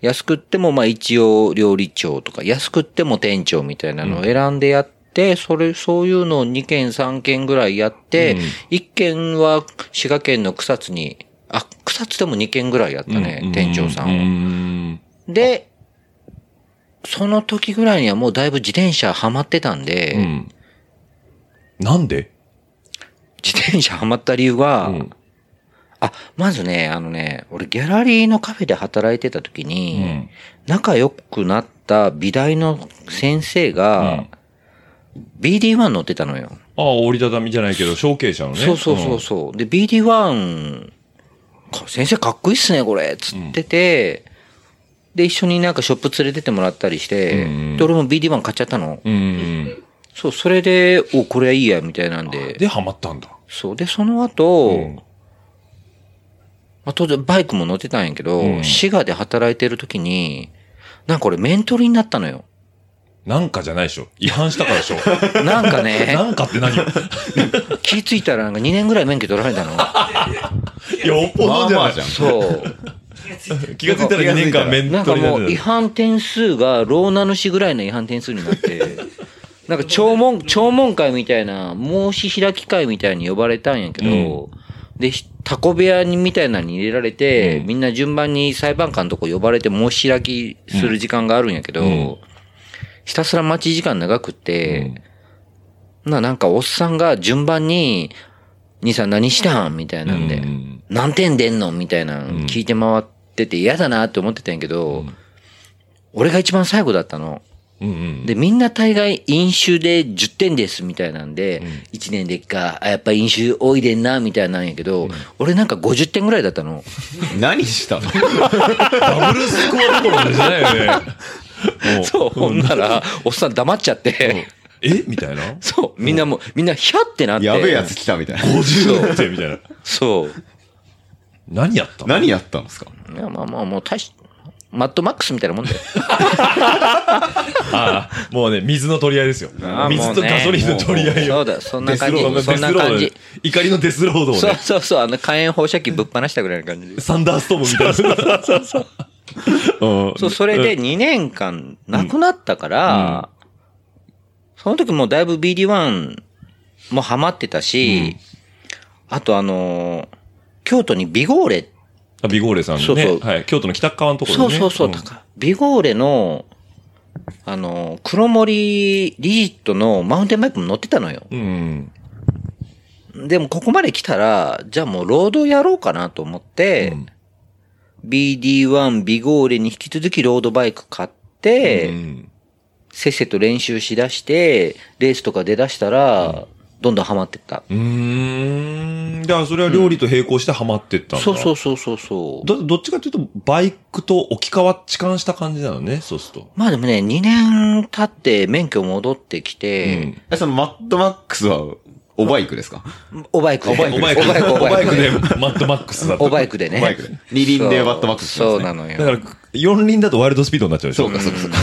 G: 安くってもまあ一応料理長とか、安くっても店長みたいなのを選んでやって、それ、そういうのを2件3件ぐらいやって、1件は滋賀県の草津に、あ、草津でも2件ぐらいやったね、
D: うん
G: 店長さ
D: うん
G: を。
D: ん。
G: で、その時ぐらいにはもうだいぶ自転車ハマってたんで、
D: うん。なんで
G: 自転車ハマった理由は、
D: うん
G: あ、まずね、あのね、俺ギャラリーのカフェで働いてた時
D: う
G: に、
D: ん
G: 仲良くなった美大の先生が、BD1 乗ってたのよ。
D: ああ、折りたたみじゃないけど、承継者のね。
G: そうそうそうそう。で、BD1、か先生かっこいいっすね、これ、つってて、で、一緒になんかショップ連れてってもらったりして、
D: うん
G: で、俺も BD1 買っちゃったの。
D: うん。うん。
G: そう、それで、お、これはいいや、みたいなんで。
D: で、ハマったんだ。
G: そう。で、その後、
D: うん
G: まあ、当然バイクも乗ってたんやけど、
D: うん
G: 滋賀で働いてる時に、なんか俺メントリーになったのよ。
D: なんかじゃないでしょ。違反したから でしょ。
G: なんか
D: な
G: ね、
D: んかって何よ。
G: 気づいたらなんか2年ぐらい免許取られたの。
D: よっぽど
E: まあ
D: じゃ
E: ま
D: な
E: あ
D: い
E: じゃん。
G: そう。
D: 気がついたら2年間面
G: なんか
D: 取り
G: もう
D: で
G: 違反点数が老名主ぐらいの違反点数になって、なんか聴聞、聴聞会みたいな、申し開き会みたいに呼ばれたんやけど、で、ひタコ部屋にみたいなのに入れられて、みんな順番に裁判官のとこ呼ばれて申し開きする時間があるんやけど、
D: うん
G: ひたすら待ち時間長くって、な、なんかおっさんが順番に、兄さん何したんみたいなんで、
D: うん
G: 何点出んのみたいなの聞いて回ってて嫌だなって思ってたんやけど、俺が一番最後だったの。
D: うんうん。
G: で、みんな大概飲酒で10点ですみたいなんで、1年でっか、あやっぱ飲酒多いでんな、みたいなんやけど、俺なんか50点ぐらいだったの。
E: 何したの
D: ダブルスコアどころじゃないよね。もう
G: そう、ほんなら、おっさん黙っちゃって、
D: えみたいな。
G: そう、みんなもう、みんなヒャってなって。
E: やべえやつ来たみたいな。
D: 50点みたいな。
G: そう。
D: 何やったの
E: 何やったんですか
G: いや、まあまあ、もう大し、マッドマックスみたいなもんだよ。
D: ああ、もうね、水の取り合いですよ。水とガソリンの取り合い
G: そ
D: よ
G: う。だ、そんな
D: デス
G: 感
D: ロ
G: じ
D: ード、。
G: そんな感じ
D: デ。スロード怒りのデスロードを
G: そう
D: ね、
G: そうそう、あの火炎放射器ぶっ放したぐらいの感じで。
D: サンダーストームみたいな。そうそうそう。
G: そう、それで2年間なくなったから、その時もうだいぶ BD1 もハマってたし、あとあのー京都にビゴーレ、
D: あビゴーレさんの
G: そうそ
D: ね
G: う、
D: はい京都の北側のところ
G: そ
D: に
G: う
D: ね。
G: そうそう、
D: ん
G: 高いビゴーレの、あのー黒森リジットのマウンテンバイクも乗ってたのよ。
D: うん。
G: でもここまで来たら、じゃあもうロードやろうかなと思って、BD1 ビゴーレに引き続きロードバイク買って、
D: うん
G: せっせと練習しだして、レースとか出だしたら、どんどんハマってった。
D: うーん。じゃあ、それは料理と並行してハマってったんだ。
G: そうそうそうそうそう。
D: ど、どっちかというと、バイクと置き換わ、置換した感じなのね、そうすると。
G: まあでもね、2年経って免許戻ってきて、
E: え、そのマッドマックスは、おバイクですか
G: おバイクで。
E: おバイク
D: おバイク、
G: おバイク、
D: お
G: お
D: バ
G: バ
D: イ
G: イク
D: クで
G: で。、
D: マッドマックスだった。
G: おバイクでね。
E: おバイクで二輪でマッドマックスし
G: そ
E: ま
G: う
E: すね
G: そうなのよ。
D: だから、四輪だとワイルドスピードになっちゃうでしょ。
E: そうか、そうか、そうか。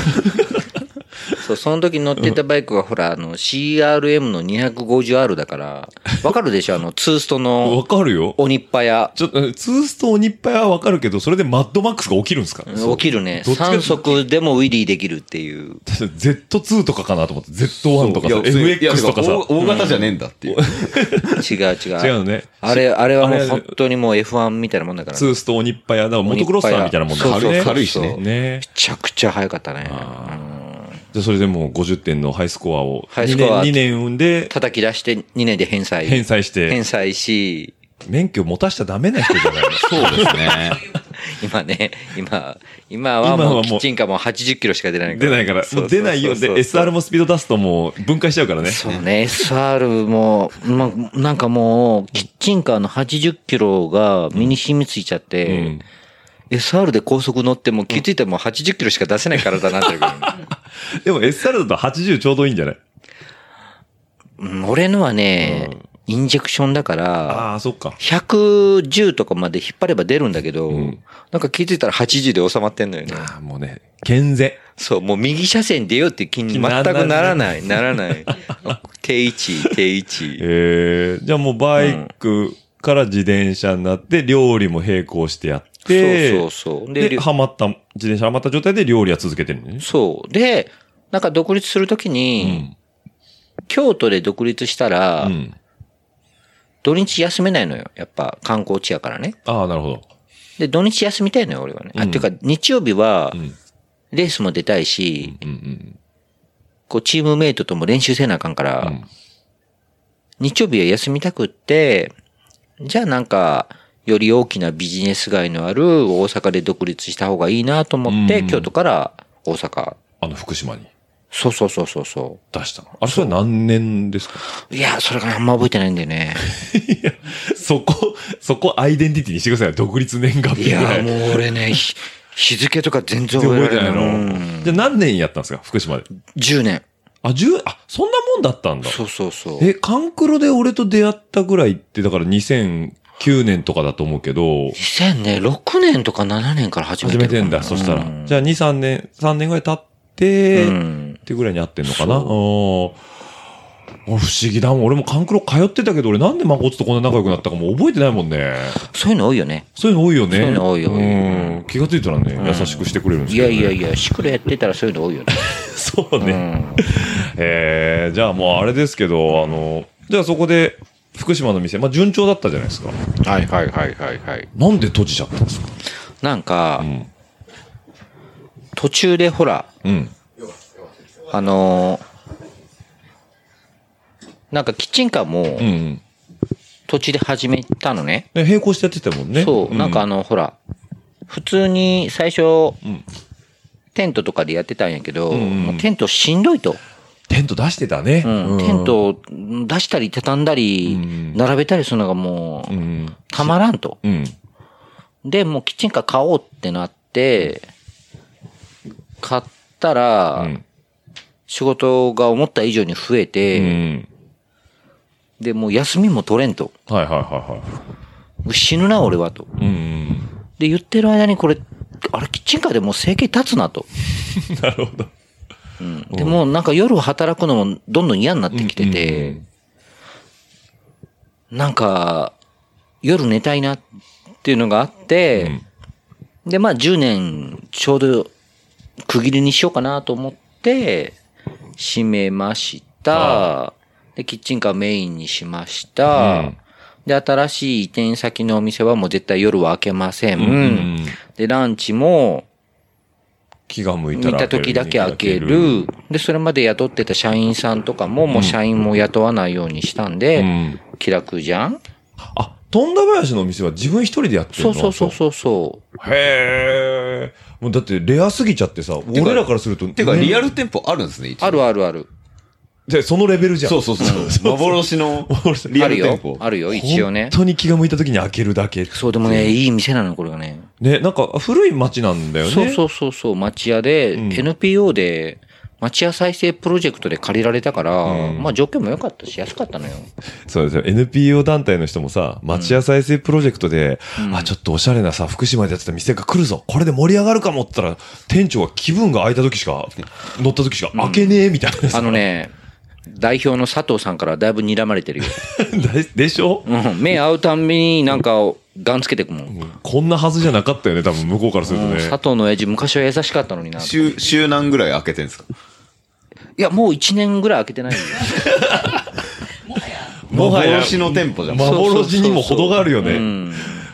G: そう、その時乗ってたバイクがほら、あの、CRM の 250R だから、わかるでしょあの、ツースト
D: わ
G: の
D: かるよ。
G: 鬼っぱや。
D: ちょっと、ツースト鬼っぱいはわかるけど、それでマッドマックスが起きるんですか
G: 起きるね。
D: どっちかって
G: 3速でもウィリーできるっていう。
D: ?Z2 とかかなと思って、Z1 とかさ、
E: いや
D: FX とか
E: い
D: さ
E: や。大大型じゃねえんだっていう。
G: 違う違う。
D: 違うのね。
G: あれ、あれはも
D: あ
G: う
D: れ
G: 本当にもう F1 みたいなもんだから、
D: ツ
G: め
D: ースト鬼っぱいは、だからモトクロスターみたいなもんだ
G: そうそう
D: ね。
E: 軽いしね
G: そう
D: ね
G: ちゃくちゃ速かったね。
D: じゃあそれでもう50点のハイスコアを、
G: ハイ
D: 2
G: スコア
D: 年、二年で
G: 叩き出して2年で返済。
D: 返済して
G: 返、済し、
D: 免許持たしちゃダメな人じゃないの
E: そうです ね。
G: 今ね、今、今は
D: 今はも
G: も
D: う
G: うキッチンカーも80キロしか出ない
D: 出ないから、もう出ないよ。で、SR もスピード出すともう分解しちゃうからね。
G: そうね、SR も、ま、なんかもう、キッチンカーの80キロが身に染みついちゃって、
D: うん
G: SR で高速乗っても気づいても80キロしか出せない体になってるから、
D: でも SR だと80ちょうどいいんじゃない
G: うん俺のはね、インジェクションだから、
D: ああ、そっか。
G: 110とかまで引っ張れば出るんだけど、
D: ん
G: なんか気づいたら80で収まってんのよね。
D: ああ、もうね、健全。
G: そう、もう右車線出ようって気に全くな
D: ならない
G: らない、ならない。 定位置、定位置。
D: ええじゃあもうバイクから自転車になって、料理も並行してやって、
G: そうそうそう。
D: で、
G: で、
D: ハマった、自転車ハマった状態で料理は続けてるのね。
G: そう。で、なんか独立するときに、京都で独立したら、
D: うん。
G: 土日休めないのよ。やっぱ観光地やからね。
D: ああ、なるほど。
G: で、土日休みたいのよ、俺はね。あ、ていうか、日曜日は、レースも出たいし、こう、チームメイトとも練習せなあかんから、日曜日は休みたくって、じゃあなんか、より大きなビジネス街のある大阪で独立した方がいいなと思って、京都から大阪。
D: あの、福島に
G: そうそうそうそうそ
D: 出したの。あれ、それ何年ですか
G: う。いや、それがあんま覚えてないんだよね。
D: そこ、そこアイデンティティにしてください。独立年月
G: い
D: 日ぐら
G: や、
D: い。
G: も
D: で
G: う俺ね、ひ日付とか全然覚
D: 覚
G: え
D: えて
G: られ
D: ない
G: ないの。
D: の。じゃあ何年やったんですか福島で。
G: 10年。
D: あ、十あ、そんなもんだったんだ。
G: そうそうそう。
D: え、カンクロで俺と出会ったぐらいって、だから2009 9年とかだと思うけど、
G: 2000年、6年とか7年から始めて
D: 始
G: る
D: め
G: かな
D: てんだ、そしたら
G: う。ん
D: じゃあ2、3年、3年ぐらい経って、
G: うん
D: ってぐらいに合ってんのかな。うん。俺不思議だもん。俺もカンクロ通ってたけど、俺なんでマコツとこんな仲良くなったかもう覚えてないもんね。
G: そういうの多いよね。
D: そういうの多いよね。
G: そういうの多いよ
D: うん。気がついたらね、優しくしてくれるんです
G: い
D: けど
G: や
D: ね
G: いやいや、シクロやってたらそういうの多いよね。
D: そうね。
G: うん
D: えー、じゃあもうあれですけど、あの、じゃあそこで、福島の店、まあ順調だったじゃないですか。
I: はいはいはいはいはい。
D: なんで閉じちゃったんですか
G: なんか、
D: ん
G: 途中でほら、
D: うん。
G: あのーなんかキッチンカーも
D: うんうん。
G: 土地で始めたのね。
D: ね並行してやってたもんね。
G: そう、なんかあの、ほら、普通に最初、
D: ん
G: テントとかでやってたんやけど、
D: んうん
G: もうテントしんどいと。
D: テント出してたね。
G: うん
D: うん
G: テントを出したり畳んだり、
D: ん
G: 並べたりするのがも
D: う
G: う、
D: ん。
G: たまらんと。
D: うん。
G: で、もうキッチンカー買おうってなって、買ったら、
D: うん
G: 仕事が思った以上に増え
D: う
G: て、
D: ん。
G: で、もう休みも取れんと。
D: はいはいは
G: 死ぬな、俺はと。
D: いはい。うん。
G: で、言ってる間にこれ、あれ、キッチンカーでもう生計立つなと。
D: なるほど。
G: でもうなんか夜働くのもどんどん嫌になってきてて、なんか、夜寝たいなっていうのがあって、で、まあ10年ちょうど区切りにしようかなと思って、閉めました。で、キッチンカーメインにしました。
D: うん
G: で、新しい移転先のお店はもう絶対夜は開けません。
D: うん。
G: で、ランチも、
D: 気が向いた
G: 見
D: ら。
G: た時だけ開け
D: うん。
G: る。で、それまで雇ってた社員さんとかも、もう社員も雇わないようにしたんで、気楽じゃん
D: あ、富田林のお店は自分一人でやっ
G: そ
D: てるの
G: うそうそうそうそう。
D: う。へえ。もうだってレアすぎちゃってさ、
E: か
D: 俺らからすると。
E: てか、
D: ね
E: リアル店舗あるんですね、一応
G: あるあるある。
D: で、そのレベルじゃん。
E: そうそうそう。幻のリ
G: あ
E: ア
G: る
E: ル
G: よ
E: 店舗。。
G: あるよ、一応ね
D: 本。当に気が向いた時に開けるだけ。
G: そう、でもね、いい店なの、これがね。
D: ね、なんか古い町なんだよね。
G: そうそうそうそう、町屋で、NPO で、町屋再生プロジェクトで借りられたから、まあ条件も良かったし、安かったのよ。
D: そうですよ。NPO 団体の人もさ、町屋再生プロジェクトで、あ、ちょっとおしゃれなさ、福島でやってた店が来るぞ。これで盛り上がるかもって言ったら、店長は気分が空いた時しか、乗った時しか開けねえみたいなさ。
G: あのね、代表の佐藤さんからだいぶ睨まれてるよ。
D: ででしょ
G: うん、目合うたんびになんか、ガンつけてくもん。
D: こんなはずじゃなかったよね、多分向こうからすると
G: うん
D: ね。
G: 佐藤の親父昔は優しかったのにな。い
E: 週、週何ぐらい開けてんですか
G: や、もう1年ぐらい開けてないよ。
D: もはや、
E: 幻の店舗じゃん。
D: 幻にも程があるよ
G: う
D: ね。
G: ん。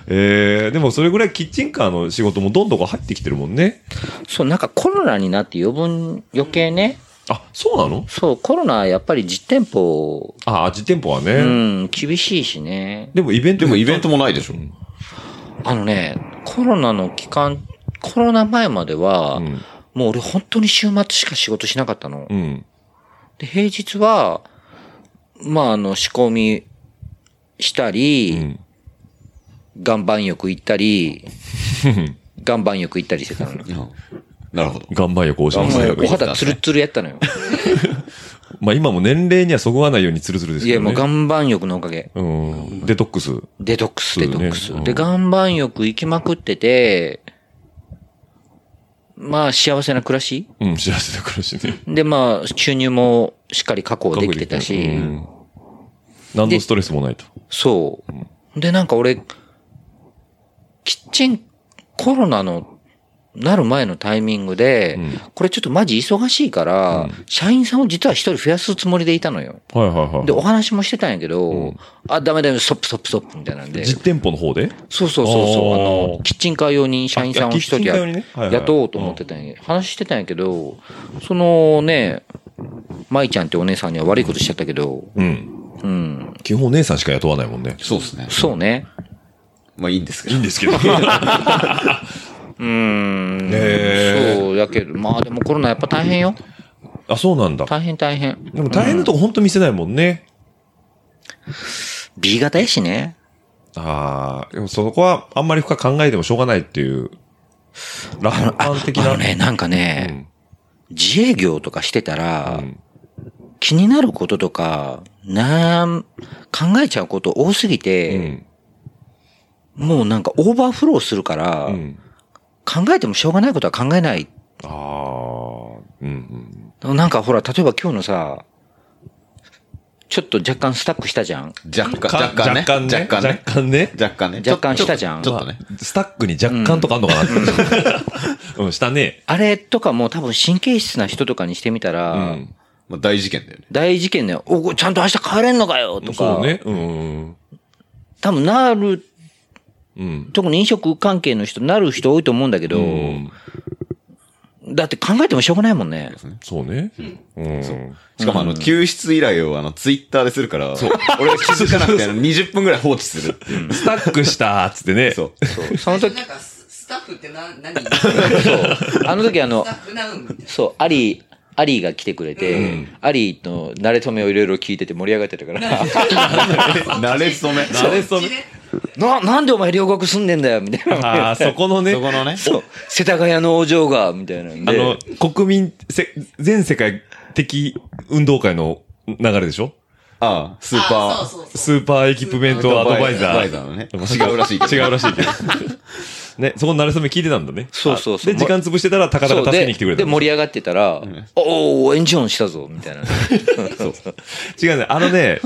D: えー、でもそれぐらいキッチンカーの仕事もどんどん入ってきてるもんね。
G: そう、なんかコロナになって余分、余計ね。
D: あ、そうなの
G: そう、コロナやっぱり実店舗、
D: あ、実店舗はね。
G: うん、厳しいしね。
D: でもイベント
E: でもイベントもないでしょ。
G: あのね、コロナの期間、コロナ前までは、
D: ん
G: もう俺本当に週末しか仕事しなかったの。
D: うん。
G: で、平日は、まあ、あの、仕込みしたり、
D: ん
G: 岩盤浴行ったり、岩盤浴行ったりしてたのよ。
E: なるほど。
D: 岩盤浴をしま
E: 岩盤浴
G: お肌ツルツルやったのよ。
D: まあ今も年齢にはそぐわないようにツルツルです
G: い
D: け
G: や、
D: どね。
G: もう岩盤浴のおかげ。
D: うん。デトックス。
G: デトックス、
D: そう
G: デ
D: ね
G: トックス。
D: うん
G: で、岩盤浴行きまくってて、まあ、幸せな暮らし
D: うん、知らせてくるしね。
G: で、まあ、収入もしっかり確保できてたし、
D: うん何のストレスもないと。
G: そう。で、なんか俺、キッチン、コロナの、なる前のタイミングで、これちょっとマジ忙しいから、社員さんを実は一人増やすつもりでいたのよ。
D: はいはいはい。
G: で、お話もしてたんやけど、あ、ダメだよ、ストップストップストップみたいなんで。
D: 実店舗の方で
G: そうそうそうそう、あ
D: あ
G: の
D: ー、
G: キッチンカー用に社員さんを一
D: あ
G: 人
D: キッチンカー用
G: や、
D: にねはいはい
G: 雇おうと思ってたんや、話してたんやけど、そのね、舞ちゃんってお姉さんには悪いことしちゃったけど、
D: うん。
G: うん、
D: 基本姉さんしか雇わないもんね。
E: そうですね。
G: そうね。
E: まあいいんですけど。いいんです
D: けど。
G: うーん。
D: え
G: そう、やけど、まあでもコロナやっぱ大変よ。
D: あ、そうなんだ。
G: 大変大変。
D: でも大変なとこほんと見せないもんね。
G: B 型やしね。
D: ああ、でもそこはあんまり深く考えてもしょうがないっていう、楽観的
G: あ
D: な。
G: のね、なんかね、自営業とかしてたら、
D: ん
G: 気になることとか、なん、考えちゃうこと多すぎ
D: う
G: て、
D: ん。
G: もうなんかオーバーフローするから、
D: うん。
G: 考えてもしょうがないことは考えない。
D: ああ、うん
G: なんかほら、例えば今日のさ、ちょっと若干スタックしたじゃん。
E: 若
D: うん。
E: 干、若干ね。
D: 若干ね。
E: 若干ね。
D: 若干ね。
E: 若干ね。
G: 若干したじゃん
E: ちょっとね。
D: スタックに若干とかあんのかなって。 うん、したね。
G: あれとかも多分神経質な人とかにしてみたら、
D: うん。
E: まあ大事件だよね。
G: 大事件で、おこちゃんと明日帰れんのかよと
D: そ
G: か、
D: うね。うん。
G: 多分なる、
D: うん。
G: 特に飲食関係の人、なる人多いと思うんだけど、
D: うん。
G: だって考えてもしょうがないもんね。
D: そうね。うん。
E: しかもあの、救出依頼をあの、ツイッターでするから、俺が気づかなくてあの20分ぐらい放置するっていう。
D: スタックしたーっつってね。
E: そう。
G: その時、
H: なんかス、スタッフってな、何ス
G: あの時あの
H: タッ、フなうんみたいな。
G: そう、アリー、アリーが来てくれて、アリーの慣れ初めをいろいろ聞いてて盛り上がってたから、
E: 慣れ初め。慣れ初め。
G: な、なんでお前両国住んでんだよ、みたいな。
D: ああ、そこのね
E: そ。このね。
G: そう、世田谷のお嬢が、みたいなんで。
D: あの、国民、せ、全世界的運動会の流れでしょ
E: ああ、スー
H: あ
E: パ
H: そうそうそう
D: スーパーエキプメントアドバイザ
E: アドバイザーのね違うらしいけど
D: ー。違うらしいけど。ね、そこの慣れ初め聞いてたんだね。
G: そうそうそう
D: あで、時間潰してたら、高田
G: そう
D: が助
G: で
D: けに来てくれた
G: で、
D: の。
G: 盛り上がってたら、おお、エンジョンしたぞ、み たいな。
D: 違うね。あのね、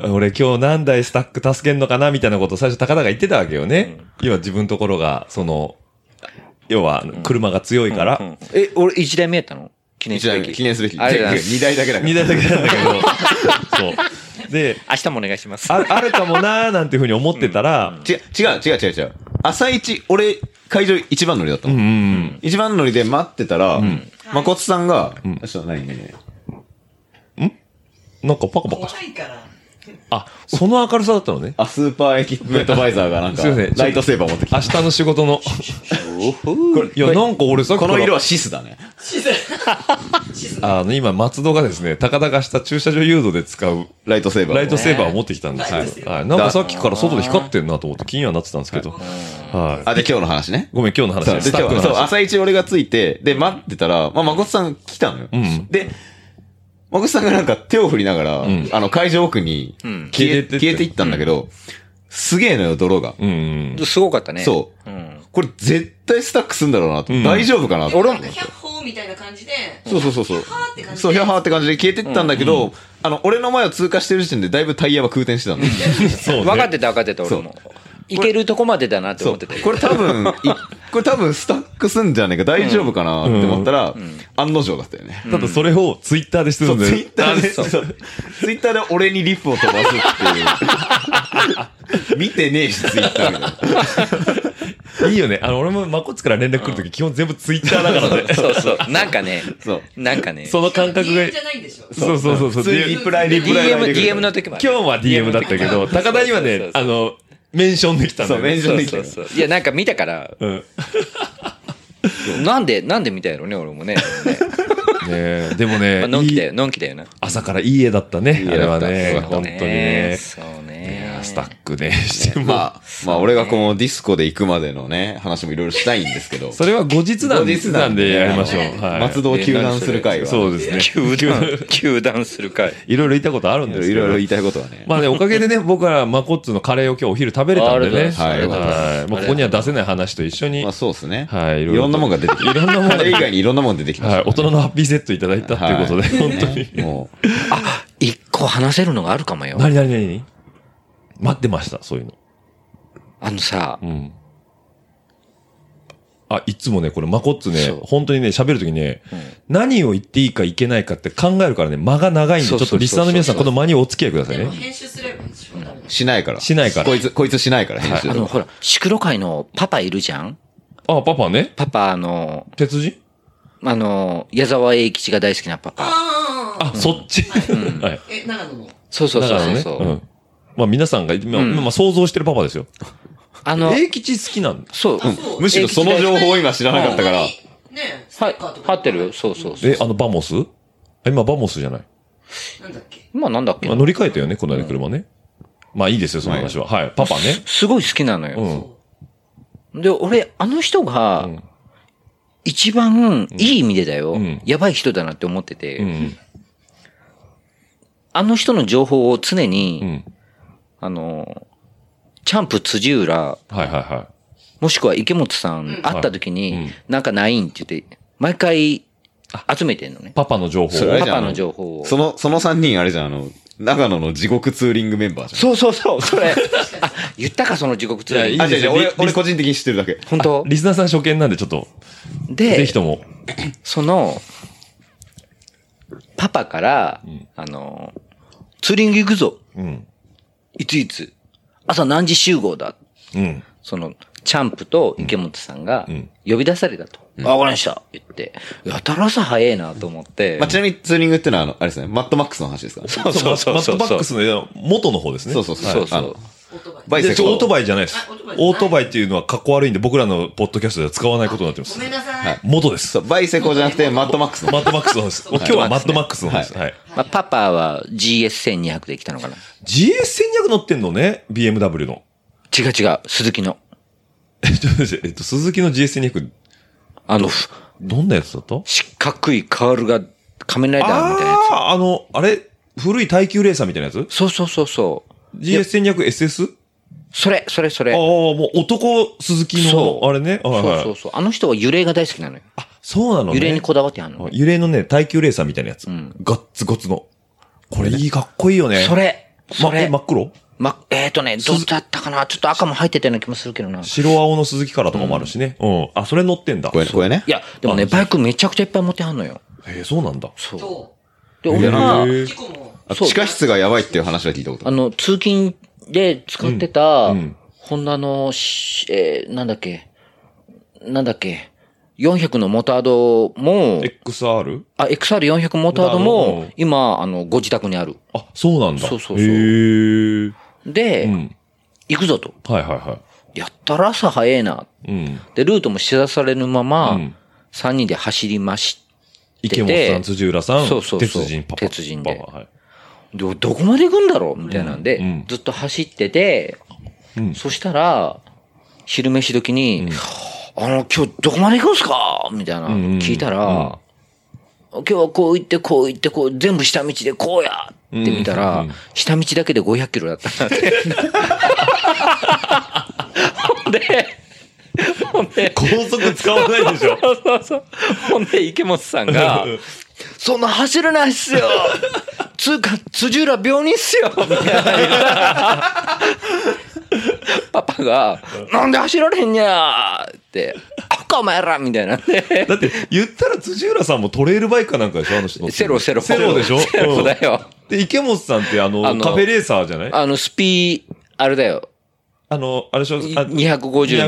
D: 俺今日何台スタック助けんのかなみたいなことを最初高田が言ってたわけよね。要は自分のところが、その、要は車が強いから、
G: え、俺1台目やったの記念
E: ー。
G: すべ
E: 一
G: き。
E: 台記念すべき。
G: ありがとうござい ます
E: 2台だけだから。
D: 二台だけなんだけど、そう。で、
G: 明日もお願いします。
D: ああるかもなーなんていうふうに思ってたら、
E: 違う、違う、違う、違う、違う。朝一、俺、会場一番乗りだったの。
D: うん、
E: 一番乗りで待ってたら、誠さんが、ちょっと何ね。
D: なんかパカパカ。
H: 怖いから。
D: あ、その明るさだったのね。
E: あ、スーパーエキプメントバイザーが なんか、
D: すいません
E: ライトセーバー持ってきた。
D: 明日の仕事の。いや、なんか俺さっきか
E: こ
D: ら
E: の色はシスだね。
D: あの、今、松戸がですね、高田がした駐車場誘導で使う
E: ライトセーバー。
D: ライトセーバーを持ってきたんですよ。はい。なんかさっきから外で光ってんなと思って気にはなってたんですけど。はい。
E: あ、で、今日の話ね。
D: ごめん、今日の話
E: そう
D: です。ス
E: で
D: タッフ
E: 今
D: の
E: 日そう、
D: 話。
E: 朝一俺が着いて、で、待ってたら、まあ、誠さん来たのよ。
D: ん
E: で、誠さんがなんか手を振りながら、
D: ん
E: あの、会場奥に消え,、
D: 消えてって
E: 消えていったんだけど、すげえのよ、泥が。
D: うんうん。
G: すごかったね。。
E: そう
G: ん。
E: これ絶対スタックすんだろうなと、
D: うん
E: 大丈夫かなと
G: 俺
E: 思
G: も
E: っ
H: なんか
E: て。
H: 百歩みたいな感じで、
E: そうそうそうそう
H: ヒャッハーって感。じで
E: そう、ヒャッハーって感じで消えてったんだけど、あの、俺の前を通過してる時点でだいぶタイヤは空転してたんだ
D: そうね。
G: 分かってた分かってた、俺も。いけるとこまでだなって
E: そ
G: 思っ
E: う。
G: てたよ。
E: これ多分、いこれ多分スタックすんじゃねえか、大丈夫かなって思ったら、案の定だったよね。
D: ただそれをツイッターでして
E: そ
D: る
E: う、
D: んで。
E: ツイッターで、そうツイッターで俺にリップを飛ばすっていう。 見てねえし、ツイッターみたいな。
D: いいよね。あの、俺もマコッツから連絡来るとき、基本全部ツイッターだからね。
G: そうそう。なんかね、
E: そう。
G: なんかね、
D: その感覚が
H: DM。じゃないんでしょ。
D: そうそうそうそう。
E: 普通にリプライ、リプラ
G: DM
E: イが出、てくる
G: DM の時もある
D: 今日は DM だったけど、高田には
G: そうそう
D: ね、
G: そう
D: あの、メンションできたんだよね。
E: そうメンション
G: そうそうそう。いや、なんか見たから、
D: うん。ね
G: なんで、なんで見たやろね、俺もね。
D: えでもね
G: まあ、のんきだ
D: い
G: よ、
D: い
G: のんきだよな。
D: 朝からいい絵だったね。あれはね、本当にね。
G: そう
D: い
G: ね
D: や。スタックね、しても。
E: まあ、まあ俺がこのディスコで行くまでのね、話もいろいろしたいんですけど。
D: それは後日談
E: 後日談
D: でやりましょう。はい。
E: 松戸を休団する会は。
D: そうです
G: 球
D: ね。
G: 団、球団するかい。
D: いろいろ言ったことあるんですけ
E: いろ
D: ど。
E: いろ言いたいことはね。
D: まあね、おかげでね、僕はマコッツのカレーを今日お昼食べれたんでね。
E: あありがとうございます
D: はい。もうここには出せない話と一緒に、
E: まあ
D: はい。
E: そうですね。
D: はいい
E: い
D: ろいろと
E: ろんなもんが出てきた。
D: いろんなもんが
E: あれ以外にいろんなもん出てきました
D: 大人のハッピーセットいただいたっていうことで、本当に。
E: 当に。も
G: 一個話せるのがあるかもよ。
D: なになになに待ってました、そういうの。
G: あのさ
D: う、ん。あ、いつもね、これ、マコッツね
G: そう、
D: 本当にね、喋るときね、何を言っていいかいけないかって考えるからね、間が長いんで、ち
G: そう
D: ょ
G: そう
D: っとリスナーの皆さん、
G: そう
D: この間にお付き合いください
H: でも
D: ね。
H: 編集すればいいでしょ。多分
E: う、しないから。
D: しないから
E: こいつ、こいつしないから、編集
G: あ。の、ほら、シクロ界のパパいるじゃん
D: あ、パパね
G: パパ、あの、
D: 鉄人
G: あの、矢沢永吉が大好きなパパ。
H: ああ。
D: あ、そっち。はい。
H: え、長野の。
G: そうそう
D: だ
G: そ
D: か
G: う
D: ら
G: そう
D: ね。
G: そう、
D: うん。まあ皆さんが、今、今想像してるパパですよ。
G: あの、
D: 英吉好きなんだ。
G: そう、うん
H: そう
E: むしろその情報を今知らなかったから、
H: ねステ
G: はい
H: ッカーと、か
G: 張ってるそうそうそう。
D: え、あの、バモスあ今、バモスじゃない。
H: なんだっけ
G: 今なんだっけ
D: まあ乗り換えたよね、この間車ね。まあいいですよ、その話は。はい。パパね。
G: すごい好きなの
D: う
G: よ。
D: ん。
G: で、俺、あの人が
D: ん、
G: 一番いい意味でだよ、
D: ん
G: やばい人だなって思ってて、
D: うん。
G: あの人の情報を常に、
D: うん。
G: あの、チャンプ辻浦、
D: はいはいは
G: もしくは池本さん会った時
D: はいうん
G: に、なんかないんって言って、毎回集めてんのね
D: い。。パパの情報
E: それあ
G: パ
E: れじゃん
G: パの情報を。
E: その、その3人あれじゃん、あの、長野の地獄ツーリングメンバーじゃん。
G: そうそうそう、それ。 あ、言ったか、その地獄ツアー
E: あ、違う違う、
D: リ
E: 俺
D: リ、
E: 俺個人的に知ってるだけ。
G: 本当
D: リスナーさん初見なんでちょっと、ぜ
G: で
D: ひ、とも。
G: その、パパから、あの、ツーリング行くぞ。
D: うん。
G: いついつ。朝何時集合だ。
D: うん。
G: その、チャンプと池本さんが
D: うん、
G: 呼び出されたと。あ、わかりました。言って、やたら朝早いなと思って
E: まあ、。ちなみにツーリングってのは、あの、あれですね、マットマックスの話ですからね。
D: そうそうそう。マットバックスの元の方ですね。
E: そうそう
D: は
E: そ。
D: いう
G: そうそ
E: あ
G: う
E: の。バ
D: バ
E: イ
D: イ
E: セ
D: セ
E: ク
D: オー
E: ト。
D: トバイじゃないです
H: あオートバイ。
D: オートバイっていうのはかっこ悪いんで、僕らのポッドキャストでは使わないことになってま
H: ご
D: す
H: め。んなさい。
E: はい
D: 元です。
E: そう、バイセコじゃなくて、マットマックスの。
D: マットマックスの方です。今日はマットマックスの方です。
E: は
D: はい。
G: まあ、パパは GS1200 で来たのかな。
D: GS1200 乗ってんのね ?BMW の。
G: 違う違う、鈴木の。
D: えちょっと待ってえっと、鈴木の GS1200、
G: あの、ふ
D: どんなやつだった
G: 四角いカールが仮面ライダーみたいなや
D: ああ、あの、あれ古い耐久レーサーみたいなやつ
G: つ。そうそうそうそう。
D: ?GS1200SS?
G: それ、それ、そ
D: あ
G: れ。
D: あ、もう男鈴木
G: そ
D: の、
G: う
D: あれね。はい
G: そう
D: はい
G: そうそう。あの人は揺れが大好きなのよ。
D: あ、そうなのね。
G: 揺れにこだわってはんの。
D: 揺れのね、耐久レーサーみたいなやつ。ガッツゴツの。これいい、かっこいいよね。
G: そ。れ、そ
D: ま、え、
G: れ、
D: 真っ黒
G: ま、えっ、とね、どうだったかなちょっと赤も入ってたような気もするけどな。い
D: 白青の鈴木カラーとかもあるしね。うん。あ、それ乗ってんだ。
E: これ、これね。
G: や、でもね、バイクめちゃくちゃいっぱい持ってはんのよ。
D: え、そうなんだ。
G: そう。
H: と、
G: で、俺は、
H: 事故も、
E: あ
G: そう
E: 地下室がやばいっていう話は聞いたこと
G: あ
E: ある。
G: の、通勤で使ってた、
D: うんうん
G: ホンダのし、えーなんだっけ、なんだっけ、400のモタードも、
D: XR?
G: あ、XR400 モタード
D: モタードう
G: も
D: ん、
G: 今、あの、ご自宅にある。
D: あ、そうなんだ。
G: そうそうそう
D: へー
G: で、
D: うん。
G: 行くぞと。
D: はいはいは
G: やったら朝早いな。
D: い。うん。
G: で、ルートも知らされぬまま、
D: うん
G: 3人で走りまし
D: 池本さん、辻浦さん、
G: そうそうそう
D: 鉄人パパ。
G: 鉄人で
D: パパはい
G: ど、どこまで行くんだろうみたいなんで、
D: うんうん
G: ずっと走ってて、
D: うん
G: そしたら、昼飯時に、あの、今日どこまで行くんすかみたいな、
D: んうん
G: 聞いたら、今日はこう行って、こう行って、こう、全部下道でこうやって見たら、
D: うんうん
G: 下道だけで500キロだ ったんだって。ほんで、ほんで、
D: 高速使わないでしょ。
G: そうそうそう。ほんで、池本さんが、そんな走れないっすよつうか、辻浦病人っすよみたいな言ったらパパが、なんで走られへんにゃーって、あっかお前らみたいなんで、
D: だって、言ったら辻浦さんもトレイルバイクかなんかでしょあの人乗って
G: セ
D: るの
G: ロセロ。
D: セロでしょ
G: セロだよ。
D: うんで、池本さんってあの、
G: あの
D: カフェレーサーじゃないあ
G: あの、スピー、あれだよ。
D: の、あれでしょあ
G: 250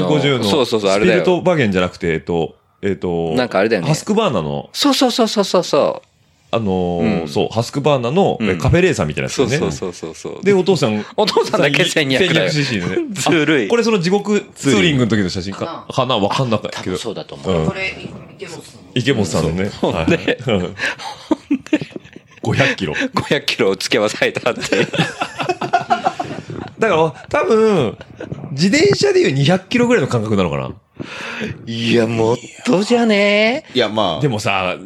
G: の。
D: 250の。
G: そうそうそう、あれだ
D: スピルト
G: よ。
D: バゲンじゃなくて、えっと、えっと、
G: なんかあれだよね
D: ハスクバーナの、
G: そうそうそうそうそうそう。
D: あのー
G: うん
D: そう、ハスクバーナの、
G: うん
D: カフェレーサーみたいなやつ
G: そ
D: だ
G: う
D: よね。
G: そうそうそうそう。
D: で、お父さん。
G: お父さんだけ1200だよ
D: 1200cc でね。
G: ずるい
D: あこれその地獄ツーリングの時の写真
H: か
D: か。かなわかんなかった
G: 多
D: けど
G: 分。そうだと思う。
D: うん
H: これ、池本さんの。
D: 池本さんのね。はい
G: で
D: うん500キロ。
G: 500キロを付け忘れた って。
D: だから、多分、自転車でいう200キロぐらいの感覚なのかな。
G: いや、もっとじゃね
E: いや、まあ
D: で、もさ、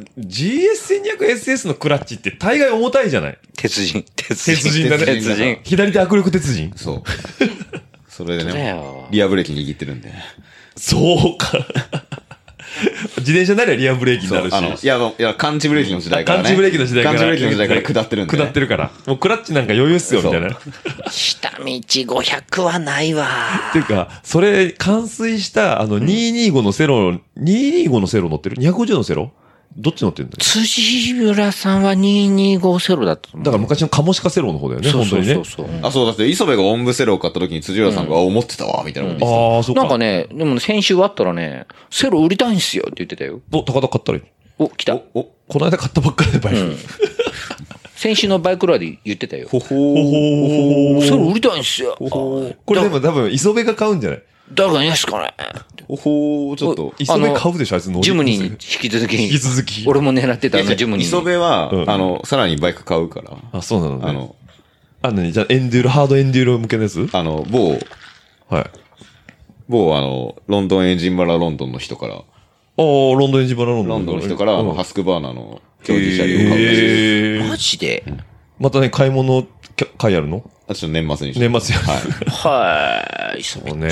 D: GS1200SS のクラッチって大概重たいじゃない
G: 鉄人、鉄人。
D: 鉄人だね。
E: 鉄人。
D: 左手握力鉄人。
E: そう。 それで
G: だ
E: ね、
G: よ。
E: リアブレーキ握ってるんで。
D: そうか。自転車ならリアブレーキに
E: そ
D: な
E: う
D: る、し。
E: あの、いや、いや、感知ブレーキの時代からね。
D: 感知ブレーキの時代から。
E: 感知ブレーキの時代から下ってるんでね。
D: 下ってるから。もうクラッチなんか余裕っすよ、みたいな。っ
G: 下道500はないわ。
D: ていうか、それ、冠水した、あの、225のセロ、225のセロ乗ってる ?250 のセロどっち乗ってるんだっけ
G: 辻浦さんは2250だったと思う。
D: だから昔のカモシカセロの方だよね、
G: そう
D: 本
G: そ
D: 当
G: う
D: にね
G: そう。そう。
E: あ、そう、だって、磯部がオンブセロを買った時に辻浦さんが、あ、思ってたわ、みたいなこと言って
D: ああ、そっか。
G: なんかね、でもね先週終わったらね、セロ売りたいんすよって言ってたよ。
D: お、高田買ったらいい。
G: お、来た。
D: お、この間買ったばっかりでバイク。
G: 先週のバイクラで言ってたよ。
D: ほほーほほ
G: セロ売りたいんすよ。
D: これでも多分、磯部が買うんじゃない
G: 誰かいないっすかね。
E: おほー、ちょっと。
D: 磯部買うでしょ、あいつ乗り
G: ジムニーに引き続き。
D: 引き続き
G: 俺も狙ってた、あのジムニーに。
E: 磯部は
D: う、ん
E: あの、さらにバイク買うから、
D: あ、そうなのね。
E: あの、
D: あのね、じゃあエンデューロ、ハードエンデューロ向けのやつ
E: あの、某、
D: はい。
E: 某、あの、ロンドンエンジンバラロンドンの人から、
D: ああ、ロンドンエンジンバラロンド
E: ロ
D: ン。
E: ンドンの人から、あ
D: うん
E: の、ハスクバーナーの競技車両を買うらしいで
G: マジ
D: へえ
E: す
G: で
D: またね、買い物きゃ会あるの
E: あちょっと年末にして。
D: 年末や。
G: はい。そ
D: そうね